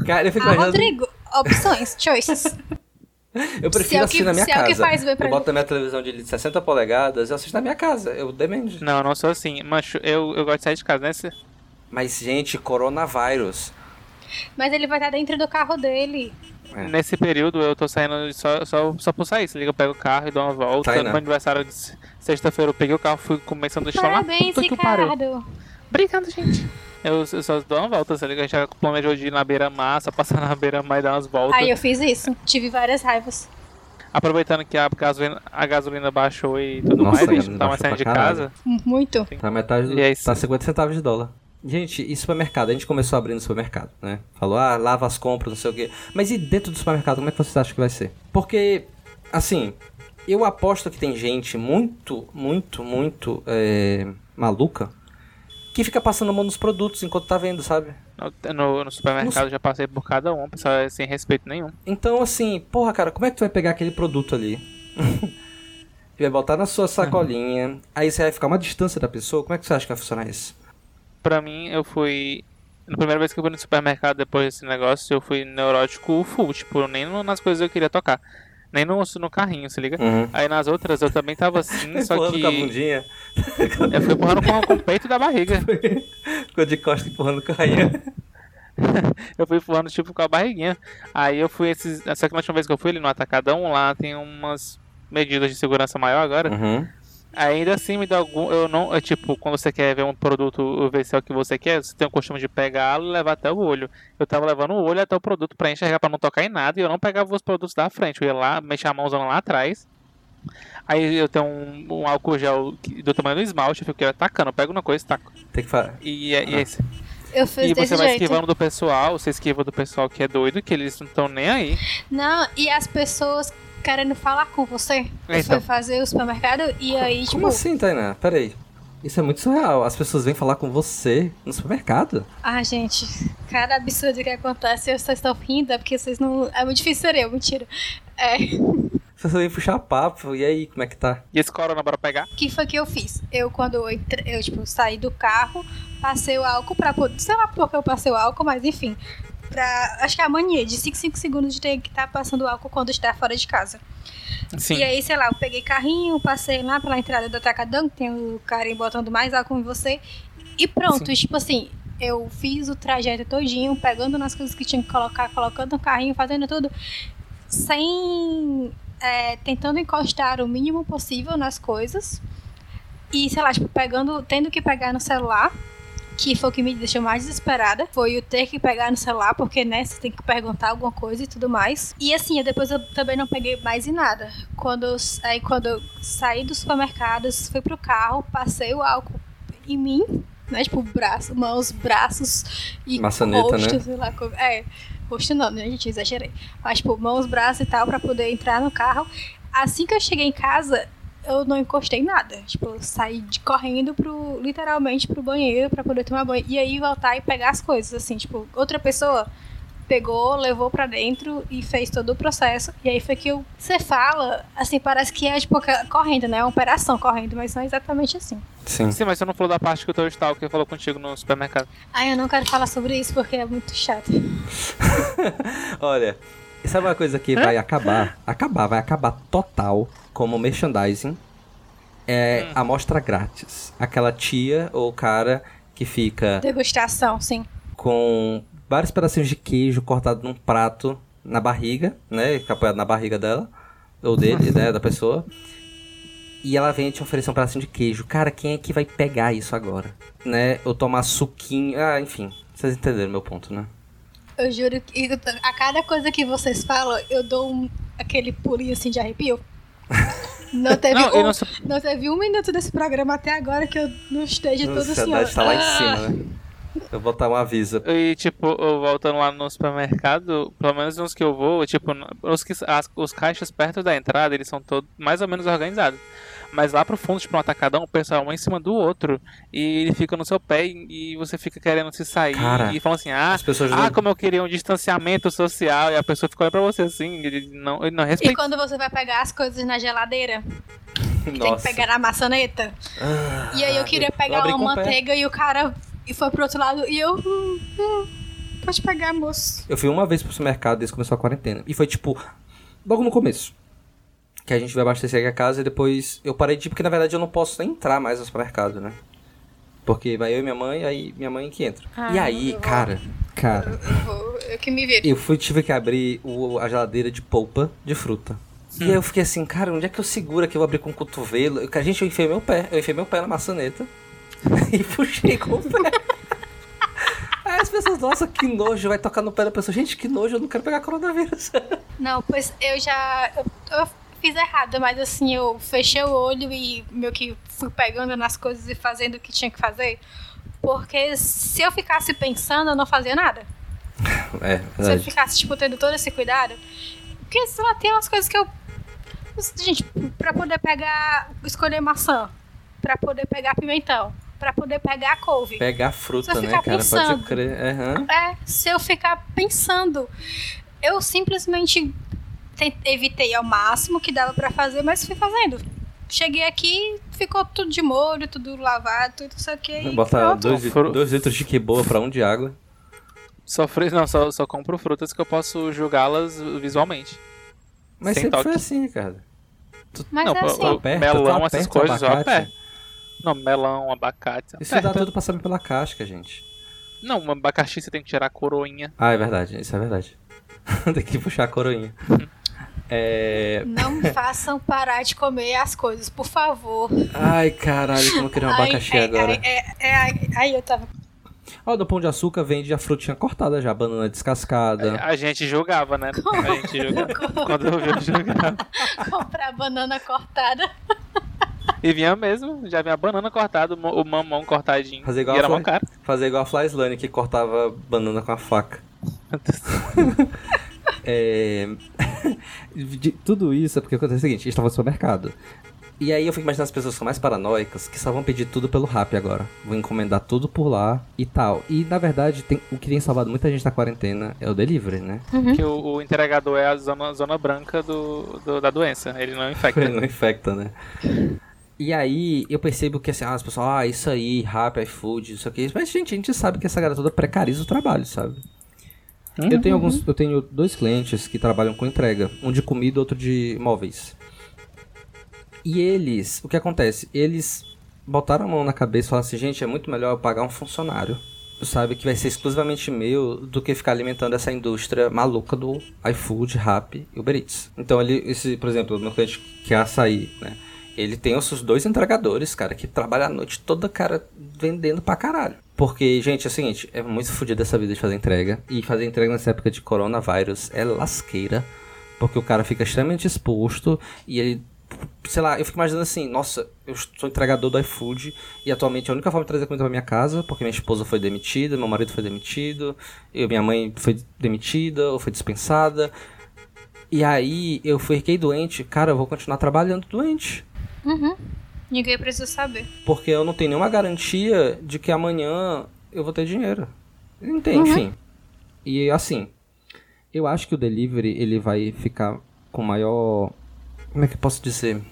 Speaker 1: Cara, eu fico
Speaker 4: Ah,
Speaker 1: imaginando.
Speaker 4: Rodrigo, opções, choices.
Speaker 1: Eu
Speaker 4: Se é
Speaker 1: prefiro
Speaker 4: o
Speaker 1: assistir
Speaker 4: que-
Speaker 1: na minha
Speaker 4: se é o
Speaker 1: casa.
Speaker 4: que faz bem pra
Speaker 1: eu
Speaker 4: mim.
Speaker 1: boto na minha televisão de 60 polegadas, eu assisto na minha casa. Eu demendo.
Speaker 3: Não, não sou assim. Mancho, eu, eu gosto de sair de casa, né? Se-
Speaker 1: Mas, gente, coronavírus.
Speaker 4: Mas ele vai estar dentro do carro dele.
Speaker 1: É.
Speaker 3: Nesse período eu tô saindo só, só, só por sair. Se liga, eu pego o carro e dou uma volta.
Speaker 1: Sai, né?
Speaker 3: no aniversário de se- sexta-feira eu peguei o carro, fui começando a estourar.
Speaker 4: Parabéns,
Speaker 3: Puta que pariu.
Speaker 4: Ricardo.
Speaker 3: Obrigado, gente. Eu, eu só dou uma volta, se liga. A gente já planejou de ir na beira-mar, só passar na beira-mar e dar umas voltas.
Speaker 4: Aí eu fiz isso. Tive várias raivas.
Speaker 3: Aproveitando que a gasolina, a gasolina baixou e tudo
Speaker 1: Nossa,
Speaker 3: mais, a gente
Speaker 1: a
Speaker 3: não tá mais
Speaker 1: gasolina
Speaker 3: saindo de
Speaker 1: baixou pra
Speaker 3: casa.
Speaker 4: Muito.
Speaker 1: Tá metade do.
Speaker 3: E é isso.
Speaker 1: Tá 50 centavos de dólar. Gente, e supermercado? A gente começou abrindo supermercado, né? Falou, ah, lava as compras, não sei o quê. Mas e dentro do supermercado, como é que vocês acham que vai ser? Porque, assim, eu aposto que tem gente muito, muito, muito é, maluca que fica passando a mão nos produtos enquanto tá vendo, sabe?
Speaker 3: No, no- no supermercado já passei por cada um, pessoal, é sem respeito nenhum.
Speaker 1: Então, assim, porra, cara, como é que tu vai pegar aquele produto ali? e vai botar na sua sacolinha. Aí você vai ficar uma distância da pessoa. Como é que você acha que vai funcionar isso?
Speaker 3: Pra mim, eu fui. Na primeira vez que eu fui no supermercado depois desse negócio, eu fui neurótico full. Tipo, nem no- nas coisas eu queria tocar. Nem no, no carrinho, se liga.
Speaker 1: Uhum.
Speaker 3: Aí nas outras eu também tava assim, só
Speaker 1: Empurrando
Speaker 3: que.
Speaker 1: com a bundinha.
Speaker 3: Eu fui empurrando com, com o peito da barriga.
Speaker 1: Ficou de costa empurrando o carrinho.
Speaker 3: Eu fui empurrando, tipo, com a barriguinha. Aí eu fui esses. Só que na última vez que eu fui ali no Atacadão, lá tem umas medidas de segurança maior agora. Ainda assim me dá algum. Eu não. É tipo, quando você quer ver um produto ou ver se é o que você quer, você tem o costume de pegá-lo e levar até o olho. Eu tava levando o olho até o produto pra enxergar, pra não tocar em nada, e eu não pegava os produtos da frente. Eu ia lá, mexia a mãozona lá atrás. Aí eu tenho um, um álcool gel que- do tamanho do esmalte, eu fico atacando, eu pego uma coisa e taco.
Speaker 1: Tem que falar.
Speaker 3: E, é- e é isso.
Speaker 4: Eu fiz
Speaker 3: E
Speaker 4: desse
Speaker 3: você vai
Speaker 4: jeito.
Speaker 3: esquivando do pessoal, você esquiva do pessoal que é doido, que eles não estão nem aí.
Speaker 4: Não, e as pessoas querendo falar com você. Você
Speaker 3: Então.
Speaker 4: foi fazer o supermercado e aí, tipo,
Speaker 1: Como assim, Tainá? Peraí. Isso é muito surreal. As pessoas vêm falar com você no supermercado.
Speaker 4: ah, gente, cada absurdo que acontece, vocês estão rindo, é porque vocês não. É muito difícil ser eu, mentira. É,
Speaker 1: As pessoas vêm puxar papo. E aí, como é que tá?
Speaker 3: E esse corona, bora pegar?
Speaker 4: o que foi que eu fiz? Eu, quando eu, entre- eu tipo, saí do carro, passei o álcool pra poder. Sei lá por que eu passei o álcool, mas enfim. Pra, acho que é a mania de 5, 5 segundos de ter que estar passando álcool quando está fora de casa.
Speaker 3: Sim.
Speaker 4: E aí, sei lá, eu peguei carrinho, passei lá pela entrada do Atacadão, que tem o cara aí botando mais álcool em você. E pronto, tipo assim, eu fiz o trajeto todinho, pegando nas coisas que tinha que colocar, colocando no carrinho, fazendo tudo, sem. é, tentando encostar o mínimo possível nas coisas. E, sei lá, tipo, pegando, tendo que pegar no celular. Que foi o que me deixou mais desesperada. Foi o ter que pegar no celular, porque, né, você tem que perguntar alguma coisa e tudo mais. E assim, eu- depois eu também não peguei mais em nada. Quando eu, s- aí, quando eu saí do supermercado, fui pro carro, passei o álcool em mim, né? Tipo, braço, mãos, braços e
Speaker 1: Maçaneta,
Speaker 4: rosto,
Speaker 1: né?
Speaker 4: sei lá como. É, rosto não, né, gente? Exagerei. Mas, tipo, mãos, braços e tal, pra poder entrar no carro. Assim que eu cheguei em casa, eu não encostei em nada. Tipo, eu saí de, correndo pro, literalmente pro banheiro pra poder tomar banho. E aí voltar e pegar as coisas, assim, tipo, outra pessoa pegou, levou pra dentro e fez todo o processo. E aí foi que eu. Você fala, assim, parece que é tipo aquela- correndo, né? É uma operação correndo, mas não é exatamente assim.
Speaker 1: Sim.
Speaker 3: Sim, mas você não falou da parte que o teu stalker falou contigo no supermercado.
Speaker 4: Ai, eu não quero falar sobre isso porque é muito chato.
Speaker 1: Olha, sabe uma coisa que vai acabar? Acabar, vai acabar total como merchandising. É a amostra grátis. Aquela tia ou cara que fica
Speaker 4: Degustação, sim.
Speaker 1: com vários pedacinhos de queijo cortado num prato na barriga, né? fica Apoiado na barriga dela. Ou dele, né? Da pessoa. E ela vem te oferecer um pedacinho de queijo. Cara, quem é que vai pegar isso agora? Né? Ou tomar suquinho. Ah, enfim. Vocês entenderam meu ponto, né?
Speaker 4: Eu juro que eu tô- a cada coisa que vocês falam, eu dou um- aquele pulinho assim de arrepio. Não teve,
Speaker 3: Não,
Speaker 4: um,
Speaker 3: e
Speaker 4: não...
Speaker 3: não se-
Speaker 4: teve um minuto desse programa até agora que eu não esteja
Speaker 1: A
Speaker 4: todo assim. ó.
Speaker 1: ansiedade tá lá em
Speaker 4: Ah!
Speaker 1: cima, né? Eu vou botar um aviso.
Speaker 3: E, tipo, eu voltando lá no supermercado, pelo menos nos que eu vou, tipo, n- os, que, as- os caixas perto da entrada, eles são todos mais ou menos organizados. Mas lá pro fundo, tipo, um atacadão, o pessoal é um em cima do outro. E ele fica no seu pé e, e você fica querendo se sair.
Speaker 1: Cara,
Speaker 3: e fala assim, ah,
Speaker 1: As pessoas
Speaker 3: ah,
Speaker 1: não...
Speaker 3: como eu queria um distanciamento social. E a pessoa fica olhando pra você assim, ele não, ele não
Speaker 4: E
Speaker 3: respeita.
Speaker 4: quando você vai pegar as coisas na geladeira, que tem que
Speaker 1: Nossa.
Speaker 4: pegar na maçaneta.
Speaker 1: Ah,
Speaker 4: E aí eu queria pegar
Speaker 1: abri
Speaker 4: uma
Speaker 1: com o pé.
Speaker 4: manteiga e o cara e foi pro outro lado e eu. hum, hum, pode pegar, moço.
Speaker 1: Eu fui uma vez pro supermercado desde que começou a quarentena. E foi tipo, logo no começo. Que a gente vai abastecer aqui a casa e depois eu parei de ir, porque na verdade eu não posso nem entrar mais no supermercado, né? Porque vai eu e minha mãe, aí minha mãe que entra.
Speaker 4: Ah,
Speaker 1: e aí,
Speaker 4: eu-
Speaker 1: cara, cara,
Speaker 4: Eu, vou- eu que me viro.
Speaker 1: eu fui, tive que abrir o- a geladeira de polpa de fruta. E aí eu fiquei assim, cara, onde é que eu seguro aqui? Eu vou abrir com o cotovelo. Eu, gente, eu enfiei meu pé. Eu enfiei meu pé na maçaneta e puxei com o pé. Aí as pessoas, nossa, que nojo, vai tocar no pé da pessoa. Gente, que nojo, eu não quero pegar coronavírus.
Speaker 4: Não, pois eu já. Eu, eu fiz errado, mas assim, eu fechei o olho e meio que fui pegando nas coisas e fazendo o que tinha que fazer. Porque se eu ficasse pensando, eu não fazia nada.
Speaker 1: É,
Speaker 4: Se eu ficasse, tipo, tendo todo esse cuidado. Porque, sei lá, tem umas coisas que eu. Gente, pra poder pegar. Escolher maçã. Pra poder pegar pimentão. Pra poder pegar couve.
Speaker 1: Pegar fruta,
Speaker 4: Só
Speaker 1: né,
Speaker 4: ficar
Speaker 1: cara?
Speaker 4: pensando.
Speaker 1: Pode crer. Aham.
Speaker 4: É, se eu ficar pensando. Eu simplesmente ten- evitei ao máximo que dava pra fazer, mas fui fazendo. Cheguei aqui, ficou tudo de molho, tudo lavado, tudo isso aqui. e
Speaker 1: Botar
Speaker 4: pronto.
Speaker 1: dois,
Speaker 3: Fru-
Speaker 1: dois litros de que boa pra um de água.
Speaker 3: Só, fru- não, só, só compro frutas que eu posso julgá-las visualmente.
Speaker 1: Mas
Speaker 3: Sem
Speaker 1: sempre
Speaker 3: toque.
Speaker 1: foi assim, cara.
Speaker 4: Mas
Speaker 3: não,
Speaker 4: é
Speaker 3: pô,
Speaker 4: assim.
Speaker 3: eu- melão,
Speaker 1: tu
Speaker 3: essas
Speaker 1: aperta o
Speaker 3: coisas, eu
Speaker 1: abacate.
Speaker 3: aperto. Não, melão, abacate.
Speaker 1: Isso
Speaker 3: aperta.
Speaker 1: dá tudo pra saber pela casca, gente.
Speaker 3: Não, um abacaxi você tem que tirar a coroinha.
Speaker 1: Ah, é verdade, isso é verdade. Tem que puxar a coroinha. É...
Speaker 4: Não façam parar de comer as coisas, por favor.
Speaker 1: Ai, caralho, como eu queria um
Speaker 4: Ai,
Speaker 1: abacaxi
Speaker 4: ai,
Speaker 1: agora.
Speaker 4: ai, é- é- ai, ai, eu tava
Speaker 1: Ó, do Pão de Açúcar vende a frutinha cortada já, banana descascada.
Speaker 3: É, A gente julgava, né? A gente julgava. Quando eu vi, eu julgava.
Speaker 4: comprar banana cortada.
Speaker 3: E vinha mesmo, já vinha a banana cortada, o ma- o mamão cortadinho.
Speaker 1: Fazer igual
Speaker 3: e era
Speaker 1: a
Speaker 3: mó
Speaker 1: Flor.
Speaker 3: caro.
Speaker 1: Fazer igual a Fly Slane, que cortava banana com a faca. É... de- tudo isso é porque acontece o seguinte, a gente tava no supermercado. E aí eu fico imaginando as pessoas que são mais paranoicas, que só vão pedir tudo pelo rap agora. Vou encomendar tudo por lá e tal. E na verdade, tem- o que tem salvado muita gente na quarentena é o delivery, né?
Speaker 4: Uhum.
Speaker 3: Que o, o entregador é a zona, zona branca do, do- da doença. Ele não é infecta.
Speaker 1: Ele não infecta, né? E aí, eu percebo que assim, ah, as pessoas, ah, isso aí, rap, iFood, isso aqui. Mas, gente, a gente sabe que essa galera toda precariza o trabalho, sabe?
Speaker 4: Hum?
Speaker 1: Eu tenho alguns. Eu tenho dois clientes que trabalham com entrega, um de comida outro de móveis. E eles, o que acontece? Eles botaram a mão na cabeça e falaram assim, gente, é muito melhor eu pagar um funcionário. Sabe, que vai ser exclusivamente meu do que ficar alimentando essa indústria maluca do iFood, Rap e Uber Eats. Então ele, esse, por exemplo, o meu cliente que é açaí, né? Ele tem os seus dois entregadores, cara, que trabalham a noite toda, cara, vendendo pra caralho. Porque, gente, é o seguinte, é muito fodido essa vida de fazer entrega. E fazer entrega nessa época de coronavírus é lasqueira. Porque o cara fica extremamente exposto e ele. Sei lá, eu fico imaginando assim, nossa, eu sou entregador do iFood e atualmente a única forma de trazer comida pra minha casa, porque minha esposa foi demitida, meu marido foi demitido, eu, minha mãe foi demitida ou foi dispensada. E aí eu fiquei doente, cara, eu vou continuar trabalhando doente.
Speaker 4: Ninguém precisa saber.
Speaker 1: Porque eu não tenho nenhuma garantia de que amanhã eu vou ter dinheiro. Não tem, enfim. E assim, eu acho que o delivery ele vai ficar com maior. Como é que eu posso dizer?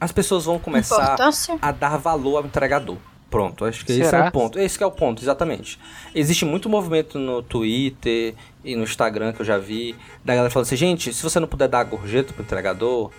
Speaker 1: As pessoas vão começar
Speaker 4: Importância?
Speaker 1: a dar valor ao entregador. Pronto, acho que esse
Speaker 3: Será?
Speaker 1: é o ponto. Esse que é o ponto, exatamente. Existe muito movimento no Twitter e no Instagram que eu já vi, da galera falando assim, gente, se você não puder dar gorjeta pro entregador,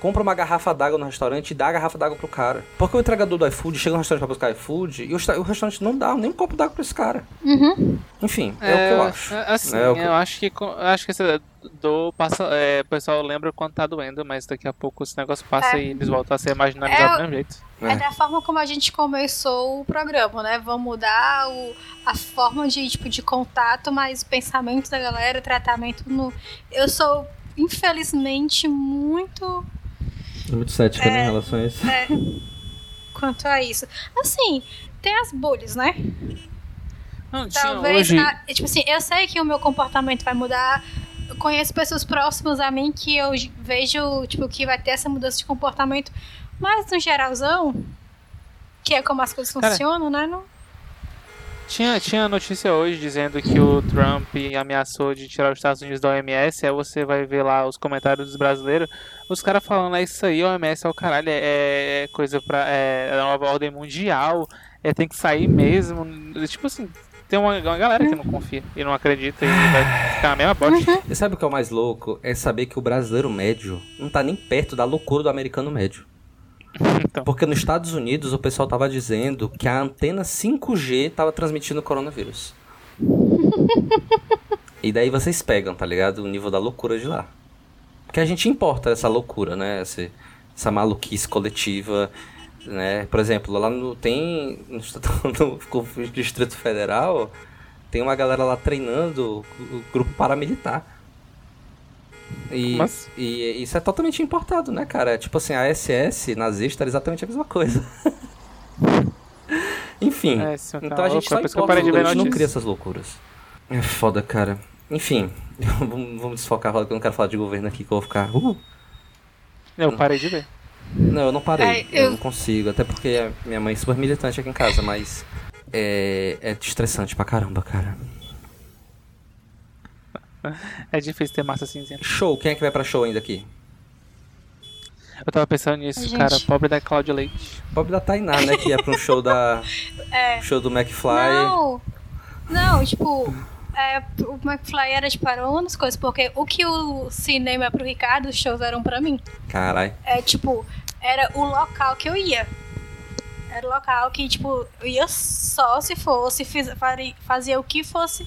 Speaker 1: compra uma garrafa d'água no restaurante e dá a garrafa d'água pro cara. Porque o entregador do iFood chega no restaurante pra buscar iFood e o, resta- o restaurante não dá nem um copo d'água pra esse cara.
Speaker 4: Uhum.
Speaker 1: Enfim, é, o que eu acho.
Speaker 3: é, Assim,
Speaker 1: É o que-
Speaker 3: eu acho que co- acho que essa dor passa. é, o pessoal lembra quando tá doendo, mas daqui a pouco esse negócio passa e eles voltam a ser marginalizados
Speaker 4: É,
Speaker 3: do mesmo jeito.
Speaker 4: É.
Speaker 1: É.
Speaker 4: da forma como a gente começou o programa, né? Vamos mudar o- a forma de, tipo, de contato, mas o pensamento da galera, o tratamento no. Eu sou, infelizmente, muito
Speaker 2: É muito cética, né, em relação a isso.
Speaker 4: quanto a isso. Assim, tem as bolhas, né?
Speaker 3: Não, tinha
Speaker 4: Talvez.
Speaker 3: hoje.
Speaker 4: a- tipo assim, eu sei que o meu comportamento vai mudar. Eu conheço pessoas próximas a mim que eu j- vejo, tipo, que vai ter essa mudança de comportamento. Mas no geralzão, que é como as coisas
Speaker 3: Cara,
Speaker 4: funcionam, né? Não...
Speaker 3: Tinha, tinha notícia hoje dizendo que o Trump ameaçou de tirar os Estados Unidos da OMS, aí você vai ver lá os comentários dos brasileiros, os caras falando, é isso aí, OMS é o caralho, é, é coisa pra... é a nova ordem mundial, é tem que sair mesmo, tipo assim, tem uma, uma galera que não confia e não acredita e vai ficar na mesma bosta.
Speaker 1: E sabe o que é o mais louco? É saber que o brasileiro médio não tá nem perto da loucura do americano médio.
Speaker 3: Então,
Speaker 1: Porque nos Estados Unidos o pessoal tava dizendo que a antena 5G tava transmitindo o coronavírus. e daí vocês pegam, tá ligado? O nível da loucura de lá. Porque a gente importa essa loucura, né? Esse- essa maluquice coletiva, né? Por exemplo, lá no tem no, no Distrito Federal tem uma galera lá treinando o grupo paramilitar. E,
Speaker 3: Mas-
Speaker 1: e isso é totalmente importado, né, cara? É Tipo assim, a SS nazista era exatamente a mesma coisa. Enfim.
Speaker 3: é, isso é uma
Speaker 1: então a gente
Speaker 3: loucura,
Speaker 1: só
Speaker 3: por isso que eu
Speaker 1: importa,
Speaker 3: parei de
Speaker 1: a
Speaker 3: ver
Speaker 1: gente não
Speaker 3: notícia.
Speaker 1: cria essas loucuras. É foda, cara. Enfim, vamos vamos desfocar, porque eu não quero falar de governo aqui, que eu vou ficar... "Uh".
Speaker 3: Eu parei de ver.
Speaker 1: Não, eu não parei.
Speaker 4: Ai,
Speaker 1: eu...
Speaker 4: eu-
Speaker 1: não consigo. Até porque a minha mãe é super militante aqui em casa, mas é, é estressante pra caramba, cara.
Speaker 3: É difícil ter massa cinzenta.
Speaker 1: Show, quem é que vai pra show ainda aqui?
Speaker 3: Eu tava pensando nisso,
Speaker 4: Ai, gente.
Speaker 3: cara, pobre da Cláudia Leite.
Speaker 1: Pobre da Tainá, né? Que é pra um show da. Show do McFly.
Speaker 4: Não, não, tipo, é, o McFly era tipo, para umas coisas, porque o que o cinema é pro Ricardo, os shows eram pra mim.
Speaker 1: Caralho.
Speaker 4: É tipo, era o local que eu ia. Era o local que, tipo, eu ia só se fosse, fiz, fari- fazia o que fosse,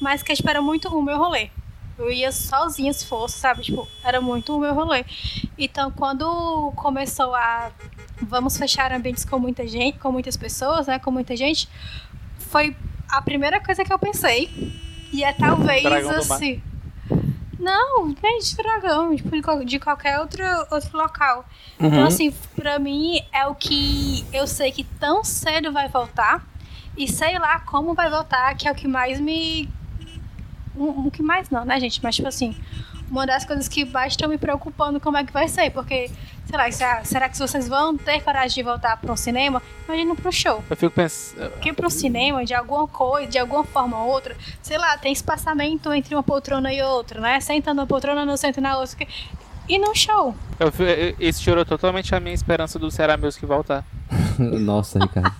Speaker 4: mas que tipo, era muito o meu rolê. Eu ia sozinha se fosse, sabe? Tipo, era muito o meu rolê. Então, quando começou a. Vamos fechar ambientes com muita gente, com muitas pessoas, né? Com muita gente, foi a primeira coisa que eu pensei. E é talvez
Speaker 3: Dragão do Mar.
Speaker 4: assim. Não, nem de dragão, tipo, de qual- de qualquer outro, outro local.
Speaker 2: Uhum.
Speaker 1: Uhum.
Speaker 4: Então, assim, pra mim é o que eu sei que tão cedo vai voltar. E sei lá como vai voltar, que é o que mais me. O o que mais não, né, gente? Mas, tipo assim, uma das coisas que mais estão me preocupando como é que vai ser. Porque, sei lá, será, será que vocês vão ter coragem de voltar pra um cinema? Imagina pro show.
Speaker 3: Eu fico pensando...
Speaker 4: Porque pro cinema, de alguma coisa, de alguma forma ou outra, sei lá, tem espaçamento entre uma poltrona e outra, né? Senta numa poltrona, não senta na outra. E num show.
Speaker 3: Eu, fi- eu- isso tirou totalmente a minha esperança do Ceará Music voltar.
Speaker 2: Nossa, Ricardo.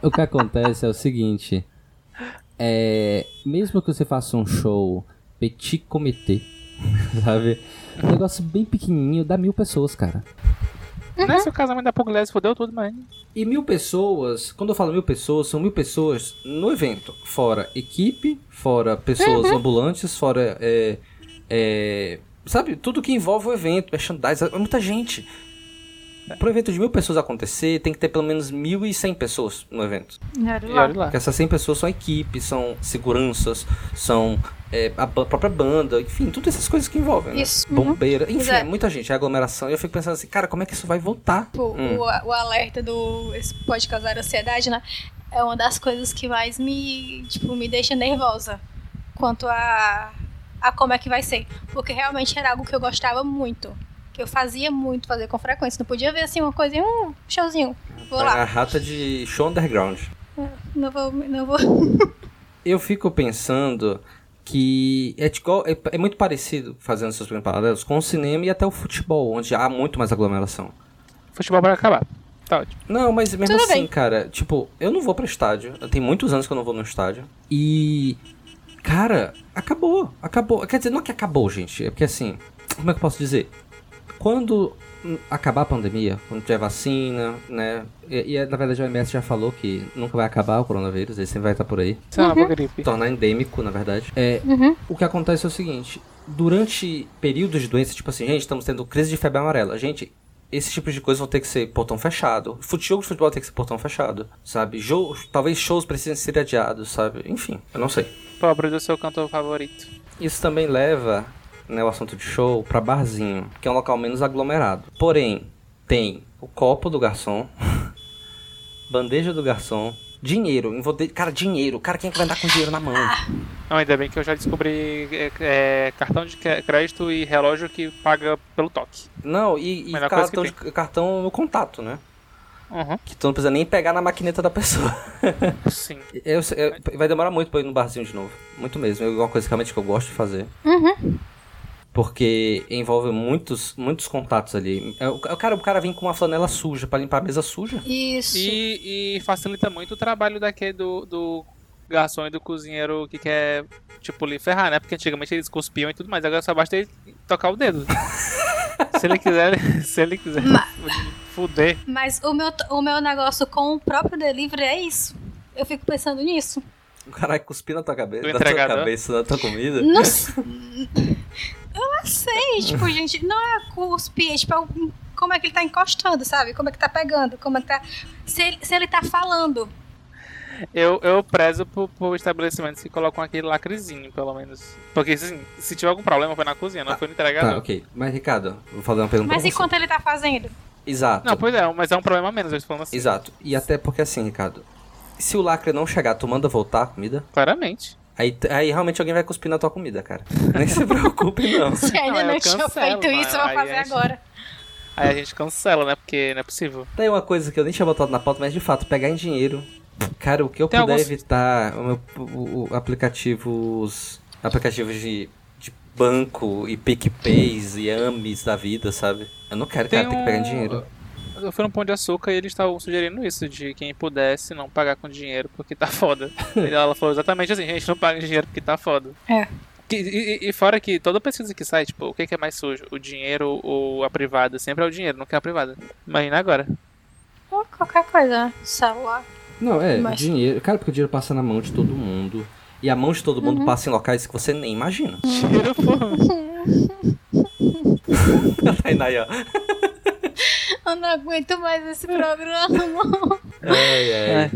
Speaker 2: o que acontece é o seguinte. É, mesmo que você faça um show petit comité, sabe? Um negócio bem pequenininho, dá mil pessoas, cara.
Speaker 3: Não é se o casamento da Pugliese fodeu tudo, mas...
Speaker 1: E mil pessoas, quando eu falo mil pessoas, são mil pessoas no evento. Fora equipe, fora pessoas
Speaker 4: Uhum.
Speaker 1: ambulantes, fora. é, é, sabe, tudo que envolve o evento, merchandising, é muita gente. Para um evento de mil pessoas acontecer, tem que ter pelo menos mil e cem pessoas no evento.
Speaker 4: Ah.
Speaker 3: E olha lá.
Speaker 1: Porque essas 100 pessoas são equipe, são seguranças, são é, a ba- própria banda, enfim, todas essas coisas que envolvem. né?
Speaker 4: Isso. Uhum.
Speaker 1: Bombeira, enfim,
Speaker 4: Exato.
Speaker 1: é muita gente, é aglomeração. E eu fico pensando assim, cara, como é que isso vai voltar?
Speaker 4: Tipo,
Speaker 1: Hum.
Speaker 4: o, o alerta do. Isso pode causar ansiedade, né? É uma das coisas que mais me. Tipo, me deixa nervosa. Quanto a. A como é que vai ser. Porque realmente era algo que eu gostava muito. Que eu fazia muito, fazia com frequência. Não podia ver assim uma coisinha, um showzinho. Vou
Speaker 1: É a
Speaker 4: lá.
Speaker 1: rata de show underground.
Speaker 4: Não vou. Não vou.
Speaker 1: Eu fico pensando que é, de igual- é- é muito parecido, fazendo seus primeiros paralelos, com o cinema e até o futebol, onde há muito mais aglomeração.
Speaker 3: Futebol vai acabar. Tá ótimo.
Speaker 1: Não, mas mesmo
Speaker 4: Tudo
Speaker 1: assim,
Speaker 4: bem.
Speaker 1: cara, tipo, eu não vou pra estádio. Tem muitos anos que eu não vou no estádio. E. Cara, acabou. Acabou. Quer dizer, não é que acabou, gente. É porque assim. Como é que eu posso dizer? Quando hum, acabar a pandemia, quando tiver vacina, né? E, e, na verdade o OMS já falou que nunca vai acabar o coronavírus, ele sempre vai estar por aí.
Speaker 3: Isso é uma boa gripe.
Speaker 1: Tornar endêmico, na verdade. É,
Speaker 4: Uhum.
Speaker 1: o que acontece é o seguinte: durante períodos de doença, tipo assim, gente, estamos tendo crise de febre amarela. Gente, esses tipos de coisas vão ter que ser portão fechado. Fute- Jogo de futebol tem que ser portão fechado, sabe? Jo- talvez shows precisem ser adiados, sabe? Enfim, eu não sei.
Speaker 3: Pobre do seu cantor favorito.
Speaker 1: Isso também leva né, o assunto de show pra barzinho, que é um local menos aglomerado. Porém, tem o copo do garçom, bandeja do garçom, dinheiro. envolve- Cara, dinheiro. Cara, quem é que vai andar com dinheiro na mão?
Speaker 3: Ah! Não, ainda bem que eu já descobri é, é, cartão de cre- crédito e relógio que paga pelo toque.
Speaker 1: Não, e, e
Speaker 3: Melhor coisa
Speaker 1: cartão,
Speaker 3: que
Speaker 1: de- cartão no contato, né?
Speaker 3: Uhum.
Speaker 1: Que tu não precisa nem pegar na maquineta da pessoa.
Speaker 3: Sim.
Speaker 1: Eu- eu- vai demorar muito pra eu ir no barzinho de novo. Muito mesmo. É uma coisa que realmente que eu gosto de fazer.
Speaker 4: Uhum.
Speaker 1: Porque envolve muitos, muitos contatos ali. É, O, o cara, o cara vem com uma flanela suja pra limpar a mesa suja.
Speaker 4: Isso.
Speaker 3: E, e facilita muito o trabalho daquele do, do garçom e do cozinheiro que quer, tipo, lhe ferrar, né? Porque antigamente eles cuspiam e tudo mais, agora só basta ele tocar o dedo. se ele quiser, se ele quiser
Speaker 4: Ma-
Speaker 3: fuder.
Speaker 4: Mas o meu, o meu negócio com o próprio delivery é isso. Eu fico pensando nisso.
Speaker 1: O cara cuspir na tua cabeça,
Speaker 3: Do
Speaker 1: na tua
Speaker 3: entregador.
Speaker 1: cabeça, na tua comida.
Speaker 4: Não s- Eu não sei, tipo, gente, não é cuspe, é tipo, é o- como é que ele tá encostando, sabe? Como é que tá pegando, como é que tá... Se ele, se ele tá falando.
Speaker 3: Eu, eu prezo por, por estabelecimentos que colocam aquele lacrezinho, pelo menos. Porque, assim, se tiver algum problema, foi na cozinha, não
Speaker 1: Ah,
Speaker 3: foi no
Speaker 1: Tá,
Speaker 3: entregador.
Speaker 1: ok. Mas, Ricardo, vou fazer uma pergunta pra
Speaker 4: Mas
Speaker 1: você.
Speaker 4: enquanto ele tá fazendo?
Speaker 1: Exato.
Speaker 3: Não, pois é, mas é um problema a menos, eu estou falando assim.
Speaker 1: Exato. E até porque assim, Ricardo. Se o lacre não chegar, tu manda voltar a comida?
Speaker 3: Claramente.
Speaker 1: Aí, aí realmente alguém vai cuspir na tua comida, cara. Nem se preocupe, não.
Speaker 4: Se ainda
Speaker 3: Não,
Speaker 4: não,
Speaker 3: eu
Speaker 4: tinha
Speaker 3: cancelo,
Speaker 4: feito isso, eu vou
Speaker 3: aí
Speaker 4: fazer
Speaker 3: a gente-
Speaker 4: agora.
Speaker 3: Aí a gente cancela, né? Porque não é possível.
Speaker 1: Tem uma coisa que eu nem tinha botado na pauta, mas de fato, pegar em dinheiro. Cara, o que eu
Speaker 3: Tem
Speaker 1: puder
Speaker 3: alguns-
Speaker 1: evitar, o meu- o- o- aplicativos. Aplicativos de, de banco e PicPays e AMIs da vida, sabe? Eu não quero, cara, ter
Speaker 3: um-
Speaker 1: que pegar em dinheiro.
Speaker 3: Eu fui no Pão de Açúcar e eles estavam sugerindo isso, de quem pudesse não pagar com dinheiro porque tá foda. E ela falou exatamente assim, gente, não paga em dinheiro porque tá foda.
Speaker 4: É.
Speaker 3: Que- E, e- e fora que toda pesquisa que sai, tipo, o que que é mais sujo? O dinheiro ou a privada? Sempre é o dinheiro, nunca é a privada. Imagina agora.
Speaker 4: Ou qualquer coisa, né? Celular.
Speaker 1: Não, é,
Speaker 4: Mas-
Speaker 1: dinheiro. Cara, porque o dinheiro passa na mão de todo mundo. E a mão de todo mundo passa em locais que você nem imagina.
Speaker 3: Dinheiro pô.
Speaker 1: Tá Aí, aí, ó.
Speaker 4: Eu não aguento mais esse programa.
Speaker 1: Ai, ai.
Speaker 3: É.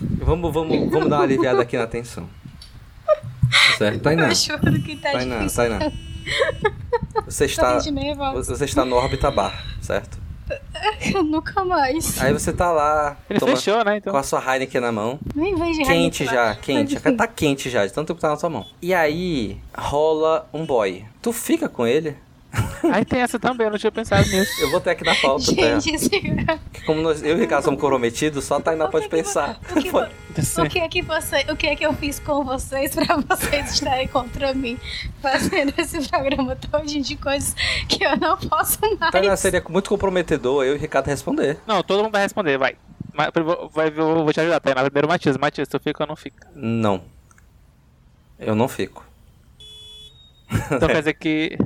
Speaker 1: Vamos, vamos, vamos dar uma aliviada aqui na tensão. Tá Certo, Tainá.
Speaker 4: Eu juro que tá
Speaker 1: Tainá,
Speaker 4: difícil.
Speaker 1: Tainá. Você
Speaker 4: Tô
Speaker 1: está,
Speaker 4: de nervosa.
Speaker 1: você está no órbita bar, certo?
Speaker 4: Nunca mais.
Speaker 1: Aí você tá lá
Speaker 3: Ele
Speaker 1: toma-
Speaker 3: fechou, né?
Speaker 1: com
Speaker 3: Então.
Speaker 1: a sua Heineken na mão.
Speaker 4: Nem vem de
Speaker 1: Quente
Speaker 4: raiva.
Speaker 1: já, quente.
Speaker 4: difícil.
Speaker 1: Tá quente já, de tanto tempo que tá na sua mão. E aí rola um boy. Tu fica com ele?
Speaker 3: Aí tem essa também, eu não tinha pensado nisso.
Speaker 1: Eu vou ter aqui na pauta, tá?
Speaker 4: Gente, esse...
Speaker 1: Porque Como nós, eu e o Ricardo somos comprometidos, só a Tainá
Speaker 4: O
Speaker 1: pode
Speaker 4: que que vo-
Speaker 1: pensar.
Speaker 4: o que vo-
Speaker 3: Assim,
Speaker 4: O que é que você, o que é que eu fiz com vocês pra vocês estarem contra mim fazendo esse programa todinho de coisas que eu não posso mais?
Speaker 1: Tainá seria muito comprometedor eu e o Ricardo responder.
Speaker 3: Não, todo mundo vai responder, vai. Mas, primeiro- vai eu vou te ajudar, tá? Tainá. Primeiro Matias. Matias, tu fica ou não fica?
Speaker 1: Não. Eu não fico.
Speaker 3: Então quer dizer que.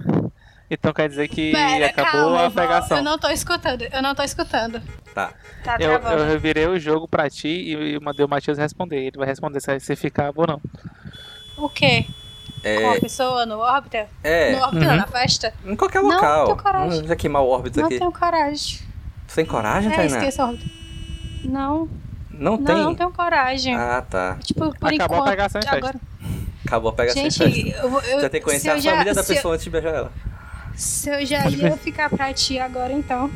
Speaker 3: Então quer dizer que
Speaker 4: Pera,
Speaker 3: acabou
Speaker 4: calma,
Speaker 3: a pegação.
Speaker 4: Eu não tô escutando, eu não tô escutando.
Speaker 1: Tá.
Speaker 4: Tá
Speaker 3: Eu,
Speaker 4: travando.
Speaker 3: eu virei o jogo pra ti e e mandei o Matias responder. Ele vai responder se se ficar ou não.
Speaker 4: O quê? Com
Speaker 1: É.
Speaker 4: a pessoa no órbita?
Speaker 1: É.
Speaker 4: No órbita,
Speaker 3: Uhum.
Speaker 4: na festa?
Speaker 1: Em qualquer
Speaker 4: Não,
Speaker 1: local.
Speaker 4: tenho coragem.
Speaker 1: Vamos já queimar o órbito
Speaker 4: Não
Speaker 1: aqui.
Speaker 4: tenho coragem.
Speaker 1: Tu tem coragem,
Speaker 4: É,
Speaker 1: Tainá?
Speaker 4: esqueça a órbita. Não,
Speaker 1: Não,
Speaker 4: não,
Speaker 1: tem?
Speaker 4: não tenho coragem.
Speaker 1: Ah, tá.
Speaker 4: Tipo, por
Speaker 3: Acabou a
Speaker 4: enquanto.
Speaker 3: pegação em festa.
Speaker 4: agora,
Speaker 1: Acabou a pegação.
Speaker 4: gente, eu, vou- eu
Speaker 1: já tem que
Speaker 4: se
Speaker 1: conhecer
Speaker 4: eu
Speaker 1: a
Speaker 4: já-
Speaker 1: família da
Speaker 4: se eu-
Speaker 1: pessoa antes de beijar ela.
Speaker 4: Se eu já ia ficar pra ti agora, então.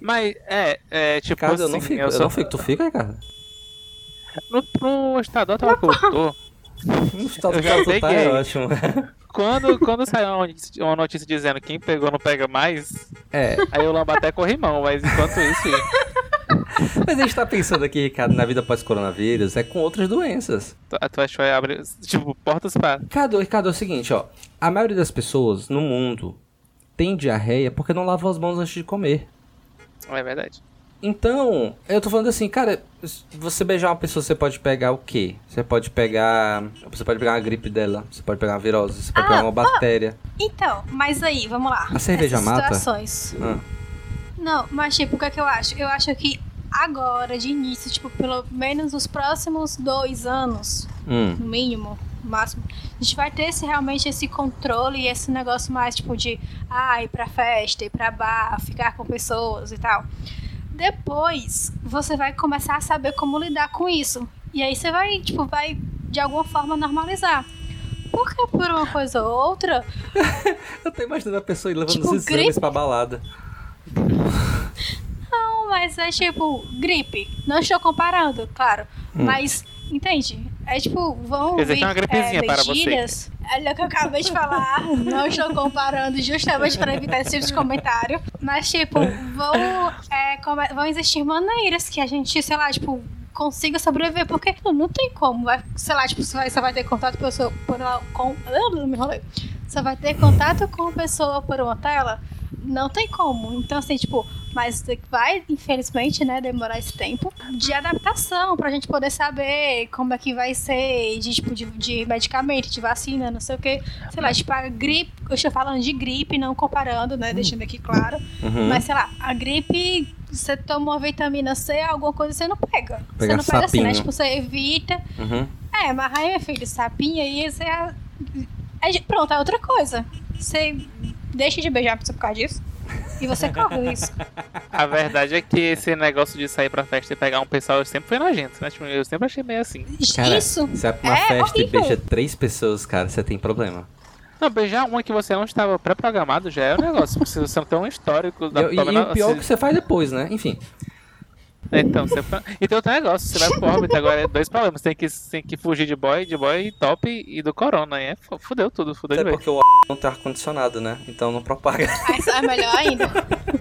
Speaker 3: Mas é, é tipo.
Speaker 1: Ricardo, eu
Speaker 3: assim,
Speaker 1: não fico.
Speaker 3: eu
Speaker 1: Eu
Speaker 3: sou-
Speaker 1: não fico. Tu fica, Ricardo?
Speaker 3: No, no estadual tava que eu tô.
Speaker 1: Tu
Speaker 3: já
Speaker 1: tá,
Speaker 3: peguei.
Speaker 1: é ótimo.
Speaker 3: Quando, quando saiu uma notícia, uma notícia dizendo quem pegou não pega mais,
Speaker 1: É.
Speaker 3: aí eu lambo até corrimão, mas enquanto isso.
Speaker 1: Mas a gente tá pensando aqui, Ricardo, na vida pós-coronavírus, é com outras doenças.
Speaker 3: tu- A tua show abre. Tipo, portas pra.
Speaker 1: Ricardo, Ricardo, é o seguinte, ó. A maioria das pessoas no mundo tem diarreia porque não lavam as mãos antes de comer.
Speaker 3: É verdade.
Speaker 1: Então, eu tô falando assim, cara, você beijar uma pessoa, você pode pegar o quê? Você pode pegar. Você pode pegar uma gripe dela, você pode pegar uma virose, você pode
Speaker 4: Ah,
Speaker 1: pegar uma bactéria.
Speaker 4: Então, mas aí, vamos lá.
Speaker 1: A cerveja
Speaker 4: Essas
Speaker 1: mata?
Speaker 4: situações.
Speaker 1: Ah.
Speaker 4: Não, mas tipo, o que é que eu acho? Eu acho que agora, de início, tipo, pelo menos nos próximos dois anos,
Speaker 1: Hum.
Speaker 4: no mínimo, no máximo, a gente vai ter esse, realmente esse controle e esse negócio mais, tipo, de ah, ir pra festa, ir pra bar, ficar com pessoas e tal. Depois, você vai começar a saber como lidar com isso. E aí você vai, tipo, vai de alguma forma normalizar. Porque por uma coisa ou outra,
Speaker 1: Eu tô imaginando a pessoa levando
Speaker 4: Tipo,
Speaker 1: os exames
Speaker 4: gripe?
Speaker 1: pra balada.
Speaker 4: Não, mas é tipo, gripe. Não estou comparando, claro. Mas, entende? É tipo, vão
Speaker 3: Hum. Quer dizer,
Speaker 4: vir
Speaker 3: tem uma gripezinha
Speaker 4: é,
Speaker 3: para você.
Speaker 4: mentiras. Olha o que eu acabei de falar. Não estou comparando justamente para evitar esse tipo de comentário. Mas, tipo, vão, é, come- vão existir maneiras que a gente, sei lá, tipo, consiga sobreviver. Porque não, não tem como. Vai, sei lá, tipo, você vai, você vai ter contato com pessoa por uma, com, Ah, me enrolei. Você vai ter contato com a pessoa por uma tela? Não tem como. Então, assim, tipo, mas vai, infelizmente, né, demorar esse tempo de adaptação pra gente poder saber como é que vai ser, de tipo, de, de medicamento, de vacina, não sei o quê. Sei lá, tipo, a gripe, eu estou falando de gripe, não comparando, né, deixando aqui claro.
Speaker 1: Uhum.
Speaker 4: Mas, sei lá, a gripe, você toma uma vitamina C, alguma coisa você não pega.
Speaker 1: Pegar
Speaker 4: você não pega assim, né,
Speaker 1: sapinho.
Speaker 4: tipo, você evita.
Speaker 1: Uhum.
Speaker 4: É, mas aí, meu filho, sapinho aí, você... É, é- pronto, é outra coisa. Você deixa de beijar a pessoa por causa disso. E você corre o risco.
Speaker 3: A verdade é que esse negócio de sair pra festa e pegar um pessoal sempre foi nojento, né? Tipo, eu sempre achei meio assim.
Speaker 1: Cara,
Speaker 4: Isso.
Speaker 1: Você vai pra uma
Speaker 4: É
Speaker 1: festa e
Speaker 4: horrível.
Speaker 1: beija três pessoas, cara, você tem problema.
Speaker 3: Não, beijar uma que você não estava pré-programado já é um negócio. porque Você não tem um histórico
Speaker 1: E,
Speaker 3: da
Speaker 1: e- e o
Speaker 3: assim.
Speaker 1: pior é que você faz depois, né? Enfim.
Speaker 3: Então, você... e tem outro negócio, você vai pro órbita agora, é dois problemas. Tem que, tem que fugir de boy, de boy top e do corona. É, fu- fudeu tudo, fudeu de
Speaker 1: Até
Speaker 3: vez.
Speaker 1: porque o não tem ar-condicionado, né? Então não propaga.
Speaker 4: Aí só é melhor ainda.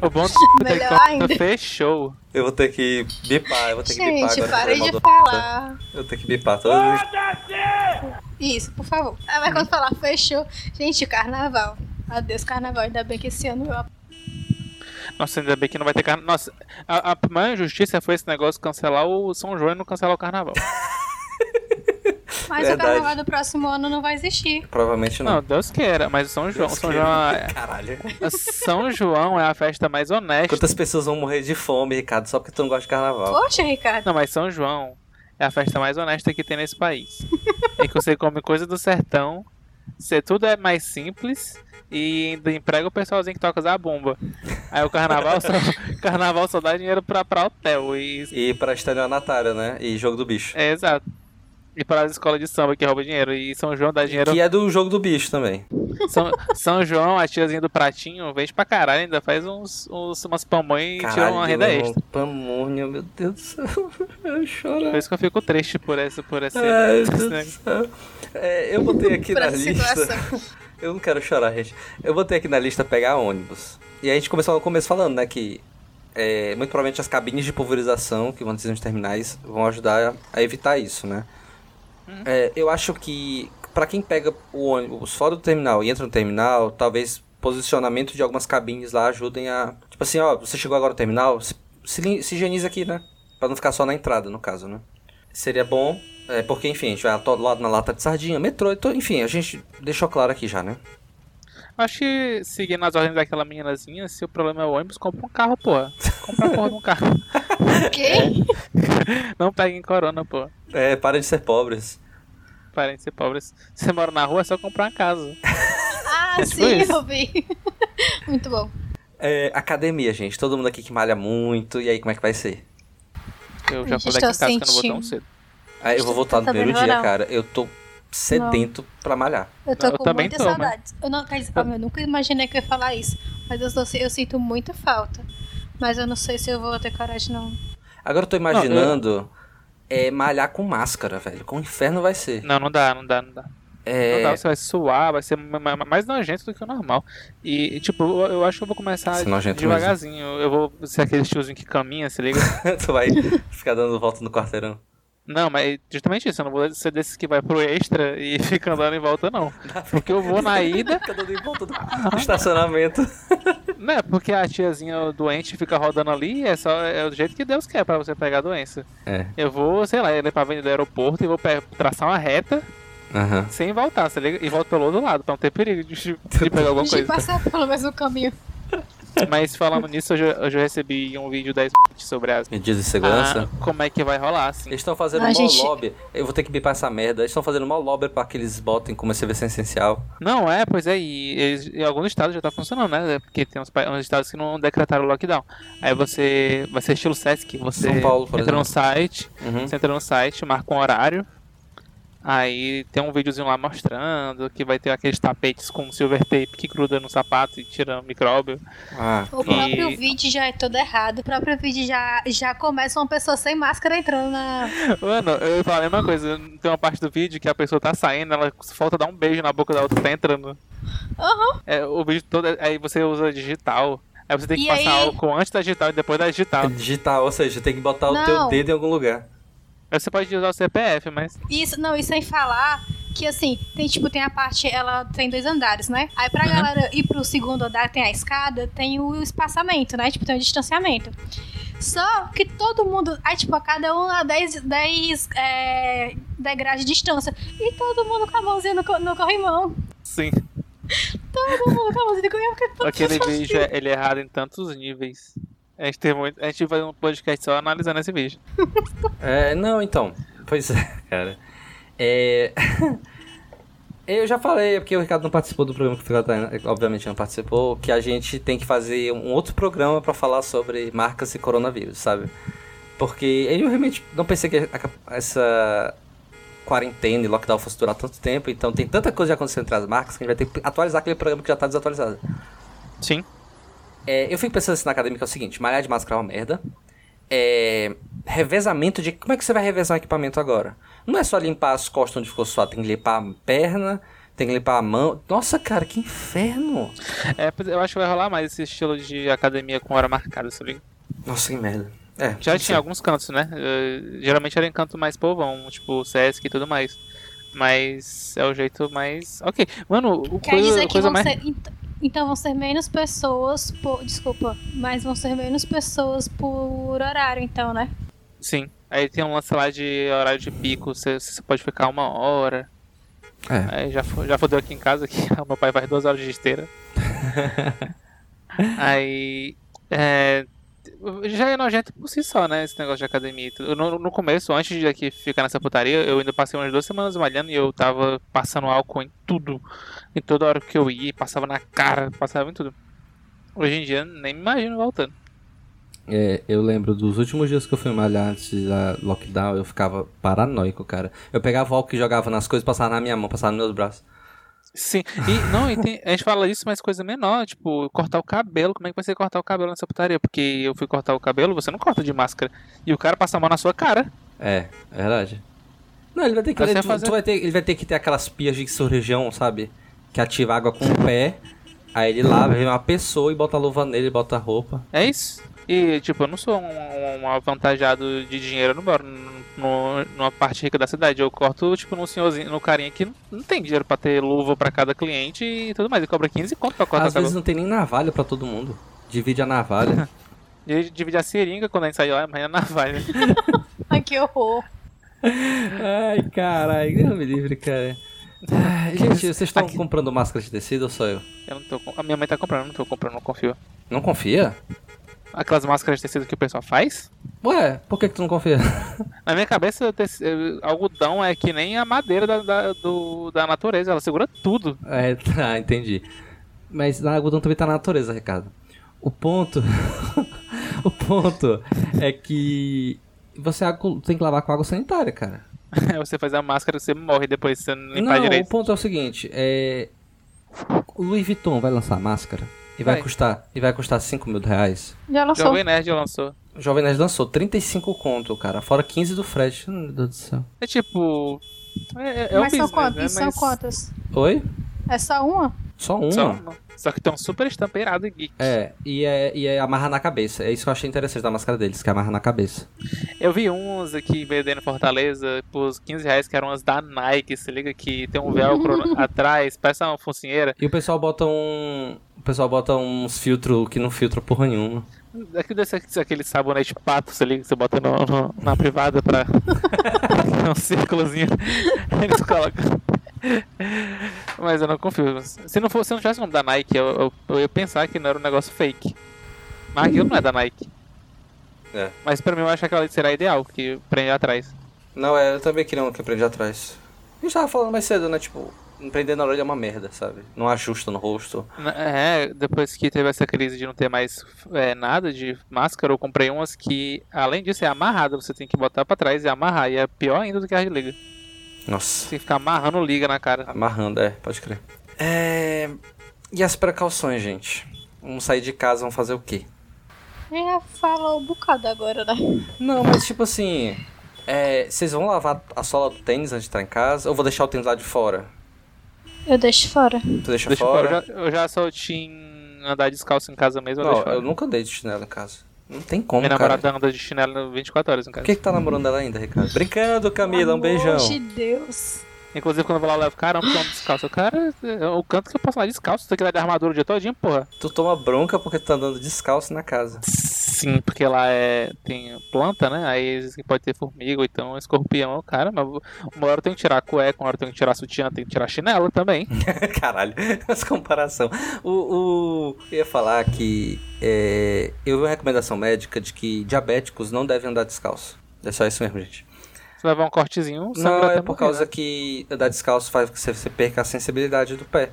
Speaker 3: O bom é que
Speaker 4: Melhor
Speaker 3: o corona
Speaker 4: ainda.
Speaker 3: fechou.
Speaker 1: Eu vou ter que bipar, eu vou ter que bipar
Speaker 4: Gente,
Speaker 1: agora.
Speaker 4: para
Speaker 1: foi mal
Speaker 4: de
Speaker 1: do-
Speaker 4: falar.
Speaker 1: Eu tenho que bipar
Speaker 3: Ah!
Speaker 1: todas as-
Speaker 4: Isso, por favor. Ah, mas quando falar fechou. Gente, carnaval. Adeus, carnaval. Ainda bem que esse ano eu.
Speaker 3: Nossa, ainda bem que não vai ter carnaval. Nossa, a, a maior injustiça foi esse negócio cancelar o São João e não cancelar o carnaval.
Speaker 4: Mas
Speaker 1: Verdade.
Speaker 4: o carnaval do próximo ano não vai existir.
Speaker 1: Provavelmente não.
Speaker 3: Não, Deus queira, mas o São João.
Speaker 1: Deus
Speaker 3: São
Speaker 1: queira.
Speaker 3: João, é-
Speaker 1: Caralho.
Speaker 3: São João é a festa mais honesta.
Speaker 1: Quantas pessoas vão morrer de fome, Ricardo, só porque tu não gosta de carnaval?
Speaker 4: Poxa, Ricardo.
Speaker 3: Não, mas São João é a festa mais honesta que tem nesse país. em que você come coisa do sertão, você, tudo é mais simples e ainda emprega o pessoalzinho que toca a bomba. Aí o carnaval só, carnaval só dá dinheiro pra, pra hotel e.
Speaker 1: E pra estelionatário, né? E jogo do bicho.
Speaker 3: É, exato. E para as escolas de samba que rouba dinheiro. E São João dá dinheiro.
Speaker 1: Que é do jogo do bicho também.
Speaker 3: São, São João, a tiazinha do pratinho, vende pra caralho, ainda faz uns, uns, umas pamonhas e tira uma
Speaker 1: meu
Speaker 3: renda
Speaker 1: irmão,
Speaker 3: extra.
Speaker 1: Pamonha, meu Deus do céu. Eu choro.
Speaker 3: Por isso que eu fico triste por essa. Por essa
Speaker 1: Ai,
Speaker 3: esse
Speaker 1: meu Deus do
Speaker 3: negócio.
Speaker 1: céu. É, eu botei aqui
Speaker 4: Pra
Speaker 1: na
Speaker 4: essa
Speaker 1: lista.
Speaker 4: situação.
Speaker 1: Eu não quero chorar, gente. Eu botei aqui na lista pegar ônibus. E aí a gente começou no começo falando, né, que é, muito provavelmente as cabines de pulverização que vão dizer nos terminais vão ajudar a evitar isso, né? É, eu acho que pra quem pega o ônibus fora do terminal e entra no terminal, talvez posicionamento de algumas cabines lá ajudem a. Tipo assim, ó, você chegou agora no terminal, se, se, li- se higieniza aqui, né? Pra não ficar só na entrada, no caso, né? Seria bom, é, porque, enfim, a gente vai atolado na lata de sardinha, metrô, então, enfim, a gente deixou claro aqui já, né?
Speaker 3: Acho que seguindo as ordens daquela meninazinha, se o problema é o ônibus, compra um carro, porra. Compra a porra de um carro. É.
Speaker 4: Ok?
Speaker 3: Não peguem corona, porra.
Speaker 1: É, para de ser pobres.
Speaker 3: Parem de ser pobres. Se você mora na rua, é só comprar uma casa.
Speaker 4: Ah,
Speaker 3: É tipo
Speaker 4: sim,
Speaker 3: isso.
Speaker 4: eu vi. Muito bom.
Speaker 1: É, academia, gente. Todo mundo aqui que malha muito, e aí como é que vai ser?
Speaker 3: Eu já
Speaker 4: Ai,
Speaker 3: falei
Speaker 4: gente,
Speaker 3: aqui em
Speaker 4: tô
Speaker 3: casa que eu não vou tão
Speaker 4: sentindo.
Speaker 3: cedo.
Speaker 1: Aí eu vou voltar no
Speaker 4: Tá
Speaker 1: primeiro
Speaker 4: vendo,
Speaker 1: dia,
Speaker 4: não?
Speaker 1: cara. Eu tô sedento pra malhar.
Speaker 4: Eu tô
Speaker 3: Eu
Speaker 4: com
Speaker 3: também
Speaker 4: muita
Speaker 3: tô, mas-
Speaker 4: saudade. Eu, não, quer dizer, eu nunca imaginei que eu ia falar isso. Mas eu, sou- eu sinto muita falta. Mas eu não sei se eu vou ter coragem, não.
Speaker 1: Agora eu tô imaginando é, malhar com máscara, velho. Com inferno vai ser.
Speaker 3: Não, não dá, não dá, não dá. Não dá,
Speaker 1: É.
Speaker 3: você vai suar, vai ser ma- ma- mais nojento do que o normal. E, e, tipo, eu, eu acho que eu vou começar
Speaker 1: Vai ser nojento
Speaker 3: devagarzinho. Eu vou ser aquele tiozinho que caminha, se liga?
Speaker 1: tu vai ficar dando volta no quarteirão.
Speaker 3: Não, mas justamente isso, eu não vou ser desses que vai pro extra e fica andando em volta, não. Porque eu vou na ida.
Speaker 1: Fica dando em volta do do estacionamento.
Speaker 3: Né, porque a tiazinha doente fica rodando ali, é só é o jeito que Deus quer pra você pegar a doença.
Speaker 1: É.
Speaker 3: Eu vou, sei lá, ele pra avenida do aeroporto e vou pe- traçar uma reta
Speaker 1: Aham.
Speaker 3: sem voltar, você liga? E volto pelo outro lado, pra não ter perigo de, de pegar alguma
Speaker 4: De
Speaker 3: coisa.
Speaker 4: passar pelo mesmo caminho.
Speaker 3: Mas falando nisso, hoje, hoje eu recebi um vídeo da sobre as.
Speaker 1: Medidas de segurança.
Speaker 3: Ah, como é que vai rolar, assim.
Speaker 1: Eles estão fazendo
Speaker 4: Ah,
Speaker 1: mau
Speaker 4: gente.
Speaker 1: lobby. Eu vou ter que bipar essa merda. Eles estão fazendo mau lobby pra que eles botem como serviço essencial.
Speaker 3: Não, é, pois é, e eles- em alguns estados já tá funcionando, né? Porque tem uns, pa- uns estados que não decretaram lockdown. Aí você vai ser estilo Sesc, você
Speaker 1: São Paulo, por
Speaker 3: entra
Speaker 1: exemplo.
Speaker 3: no site,
Speaker 1: Uhum.
Speaker 3: você entra no site, marca um horário, aí tem um videozinho lá mostrando que vai ter aqueles tapetes com silver tape que gruda no sapato e tira micróbio.
Speaker 1: Ah,
Speaker 4: O
Speaker 3: Sim.
Speaker 4: próprio vídeo já é todo errado. O próprio vídeo já, já começa uma pessoa sem máscara entrando na.
Speaker 3: Mano, eu ia falar a mesma coisa, tem uma parte do vídeo que a pessoa tá saindo, ela falta dar um beijo na boca da outra que tá entrando.
Speaker 4: Aham.
Speaker 3: É, o vídeo todo, é- aí você usa digital. Aí você tem que
Speaker 4: E
Speaker 3: passar
Speaker 4: aí?
Speaker 3: álcool antes da digital e depois da digital.
Speaker 1: digital, ou seja, tem que botar o
Speaker 4: Não.
Speaker 1: teu dedo em algum lugar.
Speaker 3: Aí Você pode usar o CPF, mas.
Speaker 4: Isso, não, e sem falar que assim, tem tipo, tem a parte, ela tem dois andares, né? Aí pra
Speaker 3: Uhum.
Speaker 4: galera ir pro segundo andar, tem a escada, tem o espaçamento, né? Tipo, tem o distanciamento. Só que todo mundo, aí tipo, a cada um a 10, 10 é, degraus de distância. E todo mundo com a mãozinha no, co- no corrimão.
Speaker 3: Sim.
Speaker 4: Todo mundo com a mãozinha no corrimão. porque todo
Speaker 3: Aquele
Speaker 4: mundo-
Speaker 3: vídeo é- ele é errado em tantos níveis. A gente tem muito. A gente vai fazer um podcast só analisando esse vídeo.
Speaker 1: É, não, então. Pois é, cara. É. Eu já falei, porque o Ricardo não participou do programa que o Ricardo, tá- obviamente, não participou, que a gente tem que fazer um outro programa pra falar sobre marcas e coronavírus, sabe? Porque eu realmente não pensei que a- essa quarentena e lockdown fosse durar tanto tempo, então tem tanta coisa já acontecendo entre as marcas que a gente vai ter que atualizar aquele programa que já tá desatualizado.
Speaker 3: Sim.
Speaker 1: É, eu fico pensando assim na acadêmica é o seguinte: malhar de máscara é uma merda. É, revezamento de. Como é que você vai revezar o equipamento agora? Não é só limpar as costas onde ficou suado, tem que limpar a perna, tem que limpar a mão. Nossa, cara, que inferno!
Speaker 3: É, pois eu acho que vai rolar mais esse estilo de academia com hora marcada, se liga.
Speaker 1: Nossa, que merda. É,
Speaker 3: Já
Speaker 1: não
Speaker 3: tinha
Speaker 1: sei.
Speaker 3: alguns cantos, né? Eh, geralmente era em canto mais povão, tipo Sesc e tudo mais. Mas é o jeito mais. Ok. Mano, o
Speaker 4: Quer
Speaker 3: coisa,
Speaker 4: dizer que
Speaker 3: coisa
Speaker 4: vão
Speaker 3: mais.
Speaker 4: ser. ent- Então vão ser menos pessoas por. Desculpa, mas vão ser menos pessoas por horário, então, né?
Speaker 3: Sim. Aí tem um lance lá de horário de pico, você você pode ficar uma hora.
Speaker 1: É.
Speaker 3: Aí já, fo- já fodeu aqui em casa, que o meu pai faz duas horas de esteira. Aí. É, já é nojento por si só, né? Esse negócio de academia. e tudo. No, no começo, antes de aqui ficar nessa putaria, eu ainda passei umas duas semanas malhando e eu tava passando álcool em tudo. Em toda hora que eu ia, passava na cara, passava em tudo. Hoje em dia, nem me imagino voltando.
Speaker 1: É, eu lembro dos últimos dias que eu fui malhar antes da lockdown, eu ficava paranoico, cara. Eu pegava o álcool que jogava nas coisas, passava na minha mão, passava nos meus braços.
Speaker 3: Sim, e não, e tem- a gente fala isso, mas coisa menor, tipo, cortar o cabelo. Como é que vai ser cortar o cabelo nessa putaria? Porque eu fui cortar o cabelo, você não corta de máscara. E o cara passa a mão na sua cara.
Speaker 1: É, é verdade. Não, ele vai ter que.
Speaker 3: Mas
Speaker 1: Ele,
Speaker 3: você vai fazer-
Speaker 1: tu vai ter, ele vai ter que ter aquelas pias de cirurgião, sabe? Que ativa água com o pé. Aí ele lava, vem uma pessoa e bota a luva nele, bota a roupa.
Speaker 3: É isso. E, tipo, eu não sou um, um- um avantajado de dinheiro, eu não moro num- num- numa parte rica da cidade. Eu corto, tipo, num senhorzinho, no carinha que não, não tem dinheiro pra ter luva pra cada cliente e tudo mais. Ele cobra 15 conto pra cortar
Speaker 1: Às
Speaker 3: cabelo.
Speaker 1: vezes não tem nem navalha pra todo mundo. Divide a navalha.
Speaker 3: E ele divide a seringa quando a gente sai lá, mas é na navalha.
Speaker 4: Ai, que horror.
Speaker 1: Ai, caralho, Deus me livre, cara. Ai, Gente, vocês estão comprando máscara de tecido ou sou eu?
Speaker 3: Eu não tô. com- A minha mãe tá comprando, eu não tô comprando, não confio.
Speaker 1: Não confia?
Speaker 3: Aquelas máscaras de tecido que o pessoal faz?
Speaker 1: Ué, por que, que tu não confia?
Speaker 3: Na minha cabeça, o teci- eh, algodão é que nem a madeira da, da, do- da natureza, ela segura tudo.
Speaker 1: É, tá, entendi. Mas na algodão também tá na natureza, Ricardo. O ponto. o ponto é que você agu- tem que lavar com água sanitária, cara.
Speaker 3: Aí você faz a máscara, você morre depois, você não limpar
Speaker 1: Não, o
Speaker 3: direito.
Speaker 1: ponto é o seguinte, é. O Louis Vuitton vai lançar máscara e vai,
Speaker 3: Vai.
Speaker 1: custar. E vai custar 5 mil reais.
Speaker 4: Já lançou.
Speaker 3: Jovem Nerd lançou.
Speaker 1: O Jovem Nerd lançou 35 conto, cara. Fora 15 do frete. Meu Deus do céu.
Speaker 3: É tipo. É, é, é um
Speaker 4: Mas são
Speaker 3: business,
Speaker 4: quantas?
Speaker 3: né?
Speaker 4: São
Speaker 3: Mas
Speaker 4: quantas?
Speaker 1: Oi?
Speaker 4: É só uma?
Speaker 1: Só uma?
Speaker 3: só uma. um. Só que estão super estampeirado e geek.
Speaker 1: É, e é, e é amarrar na cabeça. É isso que eu achei interessante da máscara deles, que é amarrar na cabeça.
Speaker 3: Eu vi uns aqui vendendo em Fortaleza por 15 reais, que eram umas da Nike. Se liga que tem um véu crono- atrás, parece uma focinheira.
Speaker 1: E o pessoal bota um. O pessoal bota uns filtros que não filtra porra nenhuma.
Speaker 3: Aqui É desse, aquele sabonete pato, se liga, que você bota no, no- na privada pra. é um círculozinho. Eles colocam. Mas eu não confio. Se não fosse, se não tivesse o nome da Nike, eu, eu- eu ia pensar que não era um negócio fake. Mas aquilo não é da Nike.
Speaker 1: É.
Speaker 3: Mas pra mim eu acho que aquela ali será ideal, que prende atrás.
Speaker 1: Não, é, eu também queria um que prende atrás. A gente tava falando mais cedo, né? Tipo, prender na orelha é uma merda, sabe? Não ajusta no rosto.
Speaker 3: Na- É, depois que teve essa crise de não ter mais é, nada de máscara, eu comprei umas que, além disso, é amarrada. Você tem que botar pra trás e amarrar. E é pior ainda do que a de liga. Você
Speaker 1: Nossa.
Speaker 3: tem que ficar amarrando liga na cara.
Speaker 1: Amarrando, é, pode crer. É. E as precauções, gente? Vamos sair de casa, vamos fazer o quê?
Speaker 4: É, fala um bocado agora, né?
Speaker 1: Não, mas tipo assim. É, vocês vão lavar a sola do tênis antes de entrar em casa? Ou vou deixar o tênis lá de fora?
Speaker 4: Eu deixo fora.
Speaker 1: Tu deixa,
Speaker 3: Deixa eu-
Speaker 1: fora?
Speaker 3: Eu, já, eu já sou team andar descalço em casa mesmo, eu
Speaker 1: Não,
Speaker 3: deixo
Speaker 1: eu
Speaker 3: fora.
Speaker 1: nunca andei de chinelo em casa. Não tem como,
Speaker 3: Minha
Speaker 1: cara.
Speaker 3: namorada anda de chinelo 24 horas em
Speaker 1: Por
Speaker 3: casa.
Speaker 1: que, que tá namorando ela ainda, Ricardo? Brincando, Camila, um beijão.
Speaker 4: Pelo amor de Deus.
Speaker 3: Inclusive, quando eu vou lá, eu levo, caramba, porque eu ando descalço. Eu, Cara, é o canto que eu posso andar descalço, isso aqui dá de armadura o dia todinho, porra.
Speaker 1: Tu toma bronca porque tu tá andando descalço na casa.
Speaker 3: Sim, porque lá é, tem planta, né? Aí dizem que pode ter formiga, ou então escorpião. Cara, mas uma hora eu tenho que tirar a cueca, uma hora eu tenho que tirar a sutiã, tenho que tirar a chinela também.
Speaker 1: Hum. Caralho, as comparação. O, o- eu ia falar que é, eu vi uma recomendação médica de que diabéticos não devem andar descalço. É só isso mesmo, gente.
Speaker 3: Se levar um cortezinho, sangra
Speaker 1: Não,
Speaker 3: até
Speaker 1: é por
Speaker 3: morrer,
Speaker 1: causa
Speaker 3: né?
Speaker 1: que andar descalço faz com que você- você perca a sensibilidade do pé.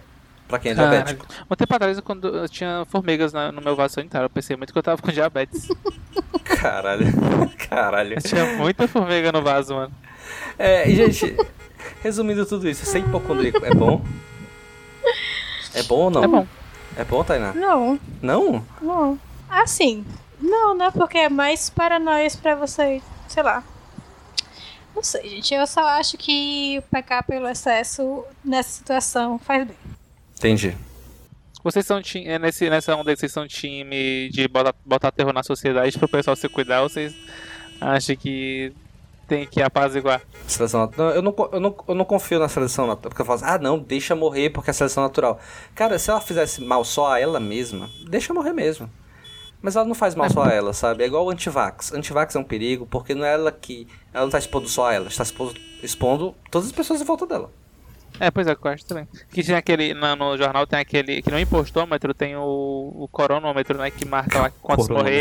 Speaker 1: Pra quem é
Speaker 3: Caralho.
Speaker 1: diabético.
Speaker 3: Um tempo atrás, quando eu tinha formigas na- no meu vaso sanitário, eu pensei muito que eu tava com diabetes.
Speaker 1: Caralho. Caralho.
Speaker 3: Eu tinha muita formiga no vaso, mano.
Speaker 1: É, e, gente, resumindo tudo isso, ser hipocondríaco é bom? É bom ou não?
Speaker 3: É bom.
Speaker 1: É bom, Tainá?
Speaker 4: Não,
Speaker 1: Não?
Speaker 4: não. Assim, não, né? Porque é mais paranoias pra você, sei lá. Não sei, gente. Eu só acho que pecar pelo excesso nessa situação faz bem.
Speaker 1: Entendi.
Speaker 3: Vocês são time. é Nesse, nessa onda aí, vocês são time de botar, botar terror na sociedade pro pessoal se cuidar, ou vocês acham que tem que apaziguar?
Speaker 1: Seleção natural. Eu não, co- eu, não, eu não confio na seleção natural. Porque eu falo assim, ah, não, deixa morrer porque é seleção natural. Cara, se ela fizesse mal só a ela mesma, deixa morrer mesmo. Mas ela não faz mal só a ela, sabe? É igual o antivax. Antivax é um perigo porque não é ela que. Ela não tá expondo só a ela, está expondo, expondo todas as pessoas em volta dela.
Speaker 3: É, pois é, eu acho também. Que tinha aquele. na- no jornal tem aquele. Que no impostômetro tem o, o coronômetro, né? Que marca lá quantos
Speaker 1: Coronômetro.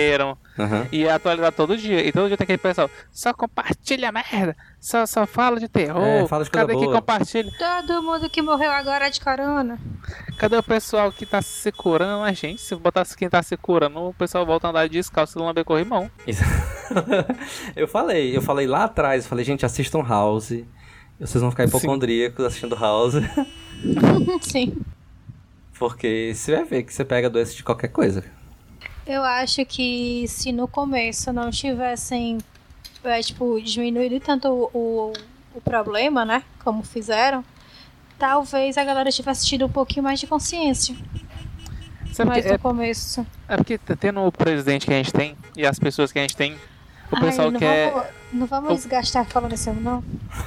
Speaker 3: morreram. E é atualizado todo dia. E todo dia tem aquele pessoal. Só compartilha merda. Só, só fala de terror.
Speaker 1: É, fala de coisa
Speaker 3: Cadê que
Speaker 1: boa."
Speaker 3: compartilha?
Speaker 4: Todo mundo que morreu agora é de corona.
Speaker 3: Cadê o pessoal que tá se curando? A gente, se botasse quem tá se curando, o pessoal volta a andar descalço e lamber corrimão.
Speaker 1: Isso. eu falei, eu falei lá atrás, eu falei, gente, assistam House. Vocês vão ficar
Speaker 3: Sim.
Speaker 1: hipocondríacos assistindo House.
Speaker 4: Sim.
Speaker 1: Porque você vai ver que você pega doença de qualquer coisa.
Speaker 4: Eu acho que se no começo não tivessem, é, tipo, diminuído tanto o, o, o problema, né? Como fizeram, talvez a galera tivesse tido um pouquinho mais de consciência.
Speaker 3: Sabe
Speaker 4: mas
Speaker 3: que-
Speaker 4: no
Speaker 3: é,
Speaker 4: começo.
Speaker 3: é porque t- tendo o presidente que a gente tem e as pessoas que a gente tem, o pessoal
Speaker 4: Ai, não
Speaker 3: quer.
Speaker 4: Vamos, não vamos
Speaker 3: o-
Speaker 4: desgastar falando isso, não.
Speaker 3: Não,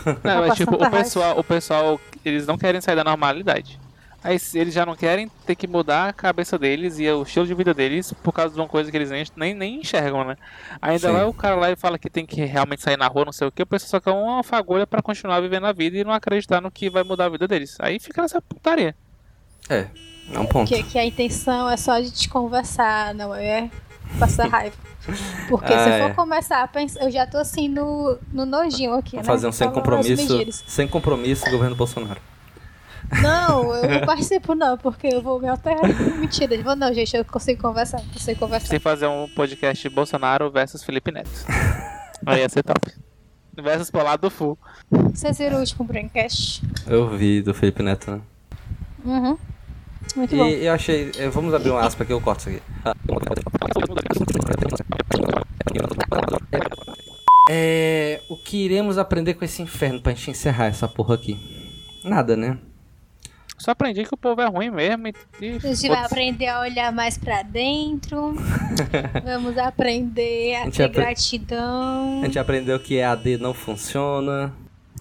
Speaker 3: é
Speaker 4: passando
Speaker 3: tipo, o
Speaker 4: pra raiva.
Speaker 3: pessoal, o pessoal, eles não querem sair da normalidade. Aí se eles já não querem ter que mudar a cabeça deles e o estilo de vida deles por causa de uma coisa que eles nem, nem, nem enxergam, né? Ainda
Speaker 1: Sim.
Speaker 3: lá o cara lá e fala que tem que realmente sair na rua, não sei o que, o pessoal só quer uma fagulha pra continuar vivendo a vida e não acreditar no que vai mudar a vida deles. Aí fica nessa putaria.
Speaker 1: É, é um ponto.
Speaker 4: Que, que a intenção é só de te conversar, não é passar raiva. Porque se
Speaker 1: Ah,
Speaker 4: eu
Speaker 1: é.
Speaker 4: for começar a pensar, eu já tô assim no, no nojinho aqui, né?
Speaker 1: Vamos fazer um sem
Speaker 4: Falando as
Speaker 1: compromisso,
Speaker 4: medidas.
Speaker 1: sem compromisso governo Bolsonaro.
Speaker 4: Não, eu não participo não, porque eu vou me alterar. Mentira, eu vou não, gente, eu consigo conversar, eu consigo conversar.
Speaker 3: Sem fazer um podcast Bolsonaro versus Felipe Neto. Aí ia ser top. Versus Polado do Fu.
Speaker 4: Vocês viram o último Braincast?
Speaker 1: Eu vi do Felipe Neto, né?
Speaker 4: Uhum. Muito bom.
Speaker 1: E eu achei. eh, Vamos abrir uma aspa aqui, eu corto isso aqui. É, o que iremos aprender com esse inferno pra gente encerrar essa porra aqui? Nada, né?
Speaker 3: Só aprendi que o povo é ruim mesmo. E, e
Speaker 4: A gente vai
Speaker 3: foda-se.
Speaker 4: aprender a olhar mais pra dentro. Vamos aprender
Speaker 1: A
Speaker 4: a
Speaker 1: gente
Speaker 4: ter
Speaker 1: apre-
Speaker 4: gratidão.
Speaker 1: A gente aprendeu que EAD não funciona.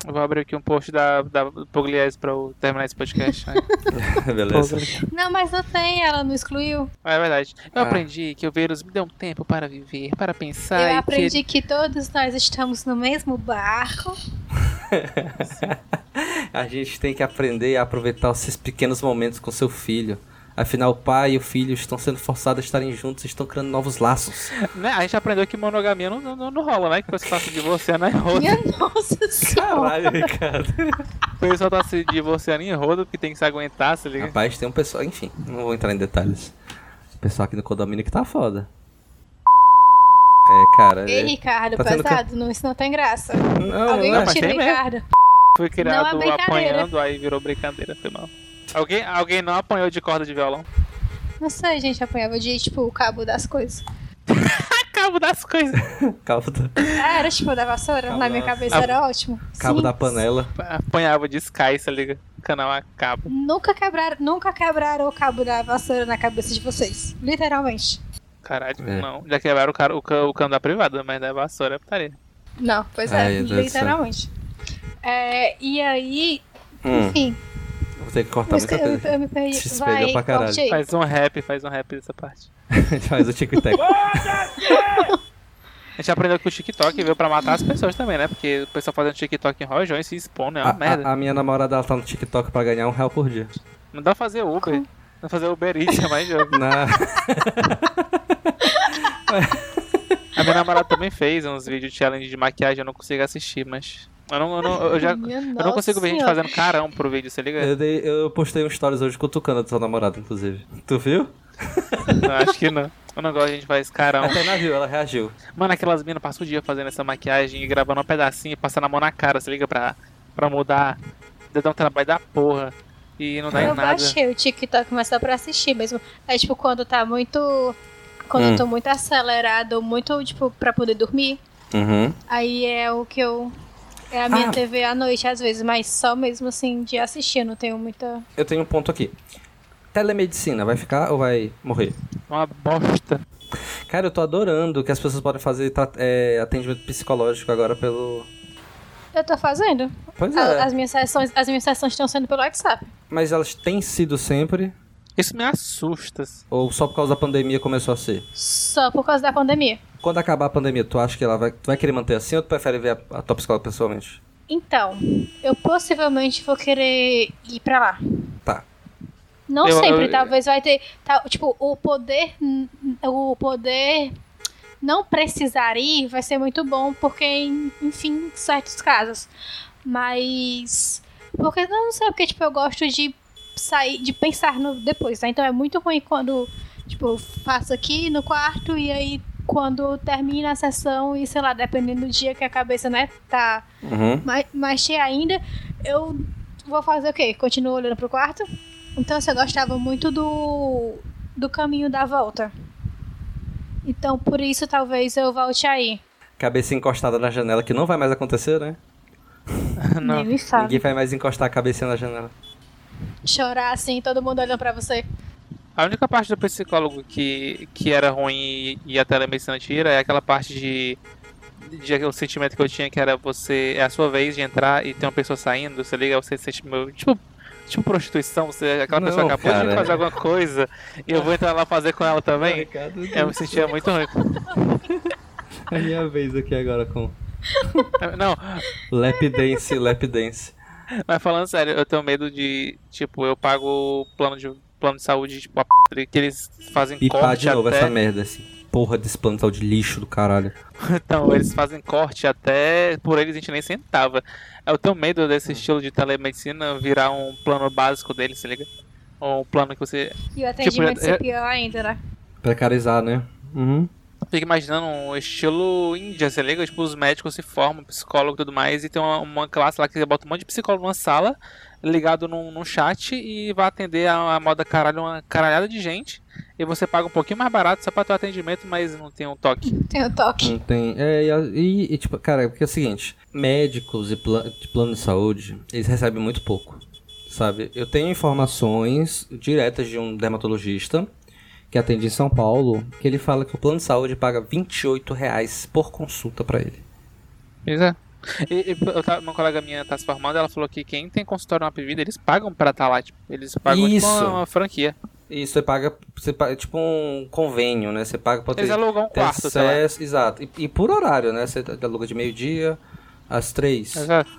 Speaker 3: Eu Vou abrir aqui um post da, da Pugliese pra eu terminar esse podcast. Né?
Speaker 1: Beleza.
Speaker 4: Não, mas não tem, ela não excluiu.
Speaker 3: Ah, É verdade. Eu
Speaker 1: Ah.
Speaker 3: aprendi que o vírus me deu um tempo para viver, para pensar.
Speaker 4: Eu
Speaker 3: e
Speaker 4: aprendi que todos nós estamos no mesmo barco.
Speaker 1: A gente tem que aprender a aproveitar esses pequenos momentos com seu filho. Afinal, o pai e o filho estão sendo forçados a estarem juntos e estão criando novos laços.
Speaker 3: que- né, A gente aprendeu que monogamia não, não, não rola, né? Que você tá se divorciando em roda.
Speaker 4: Minha nossa senhora.
Speaker 1: Caralho, Ricardo.
Speaker 3: O pessoal tá se divorciando em roda porque tem que se aguentar, se liga.
Speaker 1: Rapaz, tem um pessoal. Enfim, não vou entrar em detalhes. O pessoal aqui no condomínio que tá foda. É, cara.
Speaker 4: Ei,
Speaker 1: é-
Speaker 4: Ricardo,
Speaker 1: Tá sendo
Speaker 4: pesado, não, isso não tem graça.
Speaker 1: Não,
Speaker 4: Alguém
Speaker 1: não é.
Speaker 3: mas
Speaker 4: tira o
Speaker 3: tem mesmo.
Speaker 4: Ricardo.
Speaker 3: Fui criado
Speaker 4: Não é brincadeira.
Speaker 3: apanhando, aí virou brincadeira, foi mal. Alguém, alguém não apanhou de corda de violão?
Speaker 4: Não sei, gente, apanhava de, tipo, o cabo das coisas.
Speaker 3: É Cabo das coisas.
Speaker 1: Cabo da,
Speaker 4: Ah, era tipo da vassoura,
Speaker 1: Cabo
Speaker 4: na minha
Speaker 1: da-
Speaker 4: cabeça
Speaker 1: cabo-
Speaker 4: era ótimo.
Speaker 1: cabo
Speaker 4: Sim.
Speaker 1: da panela.
Speaker 3: Apanhava de Sky, se liga. Canal a cabo.
Speaker 4: Nunca quebraram, nunca quebraram o cabo da vassoura na cabeça de vocês. Literalmente.
Speaker 3: Caralho,
Speaker 1: É.
Speaker 3: não. Já quebraram o, cara, o, ca- o cano da privada, mas da vassoura é putaria.
Speaker 4: Não, pois é,
Speaker 1: Ai, meu Deus do céu.
Speaker 4: literalmente. É, e aí,
Speaker 1: Hum,
Speaker 4: enfim,
Speaker 1: vou ter que cortar
Speaker 4: eu, esque-
Speaker 1: muita
Speaker 4: eu,
Speaker 1: coisa.
Speaker 4: me- eu me perdi.
Speaker 1: Se espelhou
Speaker 4: Vai,
Speaker 1: pra caralho.
Speaker 4: corte aí.
Speaker 3: Faz um rap, faz um rap dessa parte.
Speaker 1: A gente faz o tico e teco.
Speaker 3: A gente aprendeu que o TikTok veio pra matar as pessoas também, né? Porque o pessoal fazendo TikTok em rojões se expondo, é uma
Speaker 1: A,
Speaker 3: merda.
Speaker 1: a- a minha namorada ela tá no TikTok pra ganhar um real por dia.
Speaker 3: Não dá pra fazer Uber. Não dá pra fazer Uber Eats, é mais jogo.
Speaker 1: Na...
Speaker 3: A minha namorada também fez uns vídeos challenge de maquiagem, eu não consigo assistir, mas. Eu não, eu não- eu já.
Speaker 4: Minha
Speaker 3: Eu não consigo ver gente
Speaker 4: Nossa
Speaker 3: fazendo carão pro vídeo, você liga?
Speaker 1: eu, dei- eu postei um stories hoje cutucando a tua namorada, inclusive. Tu viu?
Speaker 3: Não, acho que não. Eu não gosto de gente faz carão.
Speaker 1: A Tainá viu, ela reagiu.
Speaker 3: Mano, aquelas minas passam o dia fazendo essa maquiagem e gravando um pedacinho e passando a mão na cara, você liga pra, pra mudar. Dá um trabalho da porra. E não dá em
Speaker 4: Eu
Speaker 3: nada.
Speaker 4: baixei o TikTok, mas só pra assistir mesmo. É tipo quando tá muito. Quando
Speaker 1: Hum.
Speaker 4: eu tô muito acelerado, ou muito, tipo, pra poder dormir.
Speaker 1: Uhum.
Speaker 4: Aí é o que eu. É a minha
Speaker 1: Ah.
Speaker 4: TV à noite, às vezes, mas só mesmo assim de assistir, eu não tenho muita.
Speaker 1: Eu tenho um ponto aqui. Telemedicina, vai ficar ou vai morrer?
Speaker 3: Uma bosta.
Speaker 1: Cara, eu tô adorando que as pessoas podem fazer tra- é, atendimento psicológico agora pelo.
Speaker 4: Eu tô fazendo.
Speaker 1: Pois
Speaker 4: A-
Speaker 1: é.
Speaker 4: Ah, As minhas sessões, as minhas sessões estão sendo pelo WhatsApp.
Speaker 1: Mas elas têm sido sempre,
Speaker 3: Isso me assusta. assim.
Speaker 1: ou só por causa da pandemia começou a ser?
Speaker 4: Só por causa da pandemia.
Speaker 1: Quando acabar a pandemia, tu acha que ela vai. Tu vai querer manter assim ou tu prefere ver a, a tua psicóloga pessoalmente?
Speaker 4: Então, eu possivelmente vou querer ir pra lá.
Speaker 1: Tá.
Speaker 4: Não
Speaker 3: Eu-
Speaker 4: sempre,
Speaker 3: eu-
Speaker 4: talvez vai ter. tal- tipo, o poder. O poder não precisar ir vai ser muito bom, porque, em- enfim, em certos casos. Mas. Porque eu não sei, porque, tipo, eu gosto de sair, de pensar no depois, tá? Então é muito ruim quando, tipo, eu faço aqui no quarto e aí quando termina a sessão e, sei lá, dependendo do dia que a cabeça, né, tá
Speaker 1: Uhum.
Speaker 4: mais, mais cheia ainda, eu vou fazer o quê? Continuo olhando pro quarto? Então, assim, eu gostava muito do, do caminho da volta. Então, por isso, talvez eu volte aí.
Speaker 1: Cabeça encostada na janela, que não vai mais acontecer, né?
Speaker 3: Não.
Speaker 4: Nem me fala.
Speaker 1: Ninguém vai mais encostar a cabecinha na janela.
Speaker 4: Chorar assim, todo mundo olhando pra você.
Speaker 3: A única parte do psicólogo que, que era ruim e, e a telemedicina tira é aquela parte de, de aquele sentimento que eu tinha que era você. É a sua vez de entrar e tem uma pessoa saindo, você liga, você sente meu. Tipo, tipo prostituição, você, aquela
Speaker 1: Não,
Speaker 3: pessoa acabou
Speaker 1: cara.
Speaker 3: de fazer alguma coisa e eu vou entrar lá fazer com ela também.
Speaker 1: Ricardo,
Speaker 3: Eu me sentia muito ruim.
Speaker 1: é minha vez aqui agora com
Speaker 3: Não,
Speaker 1: Lapdance, Lapdance.
Speaker 3: mas falando sério, eu tenho medo de. Tipo, eu pago plano de plano de saúde, tipo, a p... que eles fazem
Speaker 1: Pipar
Speaker 3: corte
Speaker 1: de novo
Speaker 3: até.
Speaker 1: essa merda, assim. Porra desse plano de saúde lixo do caralho.
Speaker 3: Então, eles fazem corte até por eles a gente nem sentava. Eu tenho medo desse estilo de telemedicina virar um plano básico deles, se liga? Ou um plano que você
Speaker 4: E o atendimento
Speaker 3: eu-
Speaker 4: ser pior ainda, né?
Speaker 1: Precarizar, né? Uhum.
Speaker 3: fica imaginando um estilo índia, se liga? Tipo, os médicos se formam, psicólogo e tudo mais, e tem uma, uma classe lá que bota um monte de psicólogo numa sala, ligado num, num chat, e vai atender a, a moda caralho, uma caralhada de gente, e você paga um pouquinho mais barato só pra ter o atendimento, mas não tem um toque.
Speaker 4: Tem o toque.
Speaker 1: Não tem. É, e a- e, e, tipo, cara, porque é o seguinte: médicos e pla- de plano de saúde, eles recebem muito pouco. sabe? Eu tenho informações diretas de um dermatologista que atende em São Paulo, que ele fala que o plano de saúde paga 28 reais por consulta pra ele.
Speaker 3: Pois é. E, e eu tava- uma colega minha tá se formando, ela falou que quem tem consultório na Apivida, eles pagam pra estar lá. Tipo, eles pagam tipo,
Speaker 1: Isso.
Speaker 3: uma, uma franquia.
Speaker 1: E você paga, você paga tipo um convênio, né? Você paga pra ter,
Speaker 3: Eles alugam um
Speaker 1: ter
Speaker 3: quarto, sei lá.
Speaker 1: acesso. Exato. E, e por horário, né? Você aluga de meio-dia às três.
Speaker 3: Exato.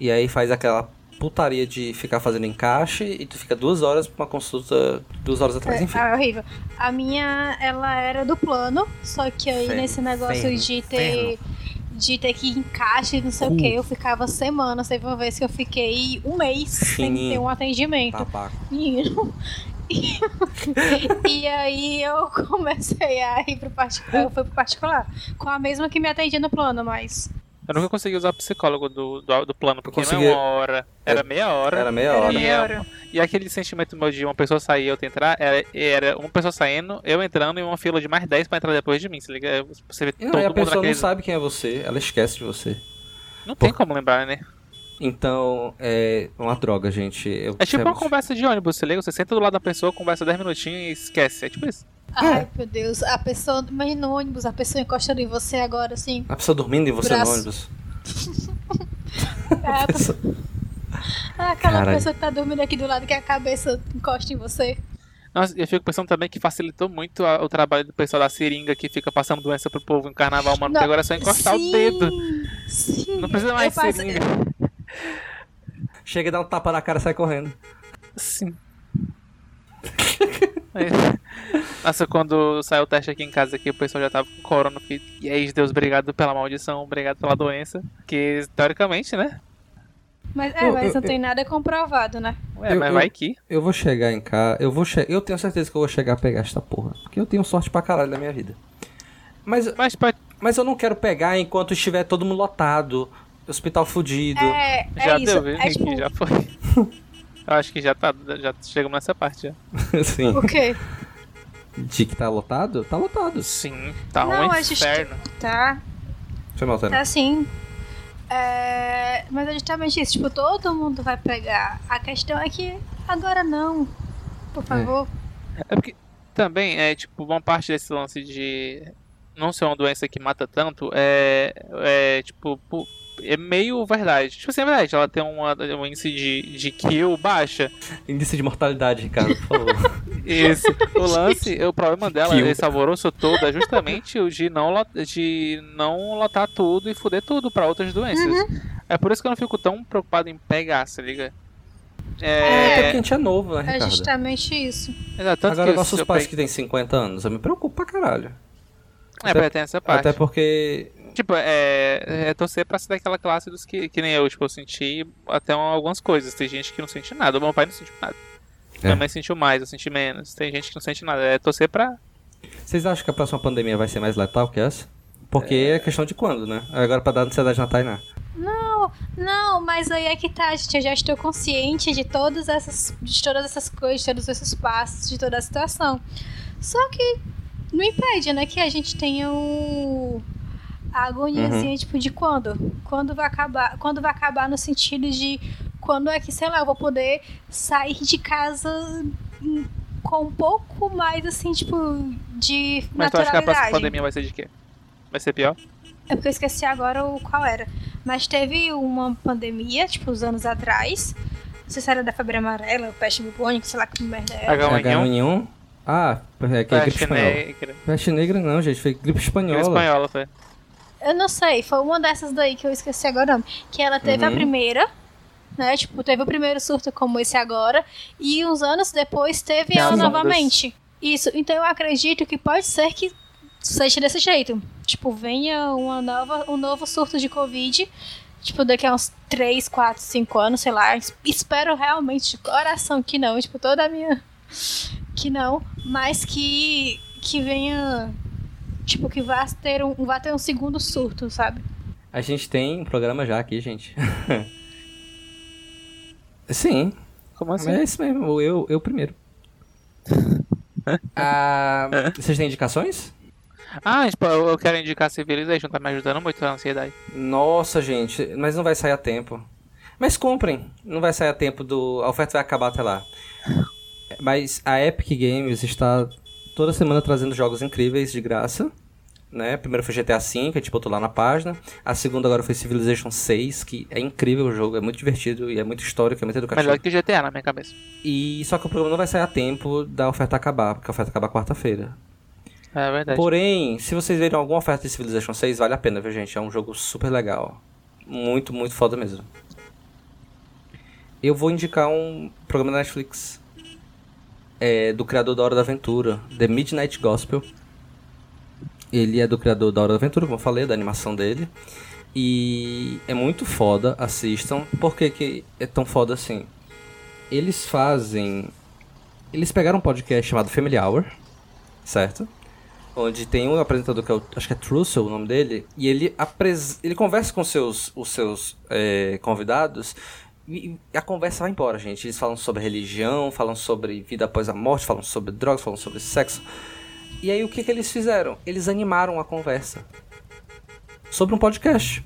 Speaker 1: E aí faz aquela putaria de ficar fazendo encaixe e tu fica duas horas pra uma consulta duas horas atrás,
Speaker 4: É,
Speaker 1: enfim. Tá
Speaker 4: ah, é horrível. A minha, ela era do plano, só que aí
Speaker 1: Ferro,
Speaker 4: nesse negócio
Speaker 1: ferro,
Speaker 4: de ter. De ter que encaixe e não sei o que, eu ficava semanas. Teve uma vez que eu fiquei um mês sem
Speaker 1: Sim.
Speaker 4: ter um atendimento.
Speaker 1: Babaca.
Speaker 4: Menino. E- e aí eu comecei a ir pro particular. Eu fui pro particular. Com a mesma que me atendia no plano, mas.
Speaker 3: Eu nunca consegui usar o psicólogo do, do, do plano, porque não
Speaker 1: consegui-
Speaker 3: é uma hora. Era meia hora.
Speaker 1: Era meia
Speaker 4: Era
Speaker 1: hora.
Speaker 4: meia
Speaker 3: E, é um,
Speaker 4: hora.
Speaker 3: e aquele sentimento meu de uma pessoa sair e outra entrar, era, era uma pessoa saindo, eu entrando e uma fila de mais 10 pra entrar depois de mim. Se liga, você vê
Speaker 1: E
Speaker 3: todo
Speaker 1: não, e a
Speaker 3: mundo
Speaker 1: pessoa
Speaker 3: naquele...
Speaker 1: não sabe quem é você, ela esquece de você.
Speaker 3: Não tem como lembrar, né?
Speaker 1: Então, é uma droga, gente. Eu
Speaker 3: É tipo uma
Speaker 1: realmente-
Speaker 3: conversa de ônibus, você liga, você senta do lado da pessoa, conversa 10 minutinhos e esquece. É tipo isso.
Speaker 4: Ai, meu Deus. A pessoa. Imagina no ônibus, a pessoa encostando em você agora, assim.
Speaker 1: A pessoa dormindo e você
Speaker 4: Braço.
Speaker 1: no ônibus.
Speaker 4: É,
Speaker 1: Pessoa-
Speaker 4: aquela
Speaker 1: Caralho.
Speaker 4: pessoa que tá dormindo aqui do lado que a cabeça encosta em você.
Speaker 3: Nossa, eu fico pensando também que facilitou muito a- o trabalho do pessoal da seringa que fica passando doença pro povo em carnaval, mano.
Speaker 4: Não,
Speaker 3: porque agora é só encostar o dedo.
Speaker 4: Sim.
Speaker 3: Não precisa mais
Speaker 4: eu passo-
Speaker 3: seringa.
Speaker 1: Chega e dá um tapa na cara e sai correndo.
Speaker 3: Sim. É. Nossa, quando saiu o teste aqui em casa, aqui, o pessoal já tava com corona. eu fiquei, E aí, Deus, obrigado pela maldição, obrigado pela doença. Que, teoricamente, né?
Speaker 4: Mas, é,
Speaker 1: Eu-
Speaker 4: mas
Speaker 1: eu-
Speaker 4: não tem nada comprovado, né?
Speaker 3: Ué,
Speaker 1: Eu-
Speaker 3: mas
Speaker 1: eu-
Speaker 3: vai que.
Speaker 1: Eu vou chegar em cá, eu vou che... Eu tenho certeza que eu vou chegar a pegar esta porra. Porque eu tenho sorte pra caralho na minha vida. Mas,
Speaker 3: Mas pra...
Speaker 1: mas eu não quero pegar enquanto estiver todo mundo lotado, hospital fudido.
Speaker 4: É, é
Speaker 3: já
Speaker 4: isso.
Speaker 3: deu, viu?
Speaker 4: é tipo,
Speaker 3: Já foi. Eu acho que já tá, já chegamos nessa parte já.
Speaker 1: assim,
Speaker 4: o quê?
Speaker 1: de que tá lotado? Tá lotado.
Speaker 3: Sim, tá
Speaker 4: Não,
Speaker 3: um
Speaker 4: a gente-
Speaker 3: inferno.
Speaker 4: Tá,
Speaker 1: Foi mal, Tânia.
Speaker 4: Tá sim. É, mas é justamente isso, tipo, todo mundo vai pegar. A questão é que agora não. Por favor.
Speaker 3: É porque também é tipo uma parte desse lance de não ser uma doença que mata tanto é, é tipo pu- é meio verdade. Tipo assim, é verdade, ela tem uma, um índice de, de kill baixa.
Speaker 1: Índice de mortalidade, Ricardo, por favor.
Speaker 3: Isso. O lance, o problema dela,
Speaker 1: Kill.
Speaker 3: esse alvoroço todo, é justamente o de não, lo- de não lotar tudo e fuder tudo pra outras doenças.
Speaker 1: Uhum.
Speaker 3: É por isso que eu não fico tão preocupado em pegar, se liga.
Speaker 1: É, até
Speaker 3: É,
Speaker 1: porque a gente é novo, né,
Speaker 4: É,
Speaker 1: Ricardo?
Speaker 4: justamente isso.
Speaker 3: é, tanto
Speaker 1: Agora,
Speaker 3: que
Speaker 1: nossos
Speaker 3: eu
Speaker 1: pais
Speaker 3: peguei-
Speaker 1: que têm 50 anos, eu me preocupo pra caralho.
Speaker 3: É, porque tem essa parte.
Speaker 1: Até porque
Speaker 3: Tipo, é, é torcer pra ser daquela classe dos que, que nem eu, tipo, eu senti até um- algumas coisas. Tem gente que não sente nada, o meu pai não sentiu nada.
Speaker 1: É.
Speaker 3: Minha mãe sentiu mais, eu senti menos. Tem gente que não sente nada. É torcer pra.
Speaker 1: Vocês acham que a próxima pandemia vai ser mais letal que essa? Porque é questão de quando, né? Agora pra dar ansiedade na Tainá.
Speaker 4: Não, mas aí é que tá, gente. Eu já estou consciente de todas essas, de todas essas coisas, de todos esses passos, de toda a situação. Só que não impede, né, que a gente tenha o. A
Speaker 3: Uhum.
Speaker 4: agoniazinha, tipo, de quando? Quando vai acabar? Quando vai acabar no sentido de quando é que, sei lá, eu vou poder sair de casa hum, com um pouco mais, assim, tipo, de
Speaker 3: Mas tu acha que é a próxima
Speaker 4: naturalidade.
Speaker 3: pandemia vai ser de quê? Vai ser pior?
Speaker 4: É porque eu esqueci agora o qual era. Mas teve uma pandemia, tipo, uns anos atrás. Não sei se era da febre amarela, peste bubônica, sei lá que merda era.
Speaker 3: H1N1,
Speaker 1: H1N1? Ah, é um que é gripe
Speaker 3: peste
Speaker 1: espanhola.
Speaker 3: negra.
Speaker 1: Peste negra não, gente. Foi gripe espanhola.
Speaker 3: Gripe espanhola, foi.
Speaker 4: Eu não sei, foi uma dessas daí que eu esqueci agora o nome. Que ela teve a
Speaker 1: Uhum.
Speaker 4: primeira, né? Tipo, teve o primeiro surto como esse agora. E uns anos depois teve
Speaker 3: Tem
Speaker 4: ela
Speaker 3: as ondas.
Speaker 4: novamente. Isso, então eu acredito que pode ser que seja desse jeito. Tipo, venha uma nova, um novo surto de Covid. Tipo, daqui a uns 3, 4, 5 anos, sei lá. Es- Espero realmente de coração que não. Tipo, toda a minha. Que não. Mas que. Que venha. Tipo, que vá ter um, vá ter um segundo surto, sabe?
Speaker 1: A gente tem um programa já aqui, gente. Sim,
Speaker 3: Como
Speaker 1: mas
Speaker 3: assim?
Speaker 1: é isso mesmo. Eu, eu primeiro. Ah, vocês têm indicações?
Speaker 3: Ah, tipo, eu eu quero indicar Civilization, tá me ajudando muito na ansiedade.
Speaker 1: Nossa, gente. Mas não vai sair a tempo. Mas comprem, não vai sair a tempo do. A oferta vai acabar até lá. Mas a Epic Games está toda semana trazendo jogos incríveis de graça. Né? Primeiro foi GTA V, que a gente botou lá na página. A segunda agora foi Civilization 6, que é incrível o jogo, é muito divertido e é muito histórico, é muito educativo.
Speaker 3: Melhor que GTA na minha cabeça.
Speaker 1: E só que o programa não vai sair a tempo da oferta acabar, porque a oferta acaba quarta-feira.
Speaker 3: É verdade.
Speaker 1: Porém, se vocês verem alguma oferta de Civilization 6, vale a pena, viu, gente? É um jogo super legal. Muito, muito foda mesmo. Eu vou indicar um programa da Netflix. É, do criador da Hora da Aventura, The Midnight Gospel. Ele é do criador da Hora da Aventura, como eu falei, da animação dele. E é muito foda, assistam. Por que, que é tão foda assim? Eles fazem. Eles pegaram um podcast chamado Family Hour, certo? Onde tem um apresentador que é o, acho que é Trussell o nome dele, e ele, apres, ele conversa com seus, os seus é, convidados e a conversa vai embora, gente. Eles falam sobre religião, falam sobre vida após a morte, falam sobre drogas, falam sobre sexo. E aí o que, que eles fizeram? Eles animaram a conversa sobre um podcast.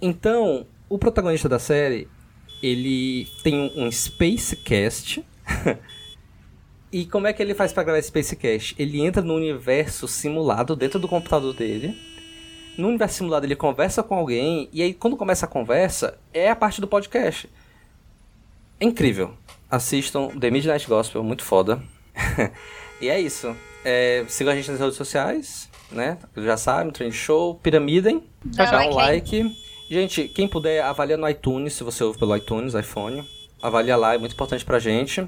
Speaker 1: Então, o protagonista da série, ele tem um Spacecast. e como é que ele faz para gravar esse Spacecast? Ele entra no universo simulado dentro do computador dele no universo simulado ele conversa com alguém, e aí quando começa a conversa, é a parte do podcast. É incrível. Assistam The Midnight Gospel, muito foda. e é isso. É, sigam a gente nas redes sociais, né? Já sabem, Trend Show, Piramidem.
Speaker 4: Dá
Speaker 1: Dá um
Speaker 4: like
Speaker 1: like. Gente, quem puder, avalia no iTunes, se você ouve pelo iTunes, iPhone. Avalia lá, é muito importante pra gente.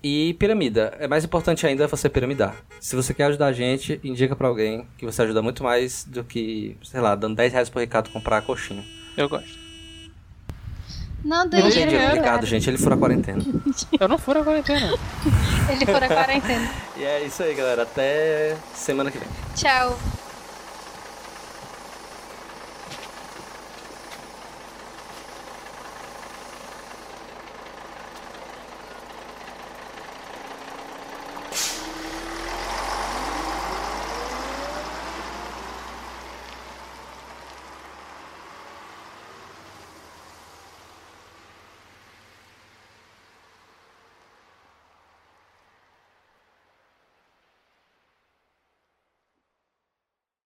Speaker 1: E piramida. É mais importante ainda você piramidar. Se você quer ajudar a gente, indica pra alguém que você ajuda muito mais do que, sei lá, dando 10 reais pro Ricardo comprar a coxinha.
Speaker 3: Eu gosto.
Speaker 4: Não dê dinheiro.
Speaker 1: Gente, o
Speaker 4: pro
Speaker 1: Ricardo,
Speaker 4: cara.
Speaker 1: gente, ele fura a quarentena.
Speaker 3: Eu não furo a quarentena.
Speaker 4: Ele for a quarentena.
Speaker 1: e é isso aí, galera. Até semana que vem.
Speaker 4: Tchau.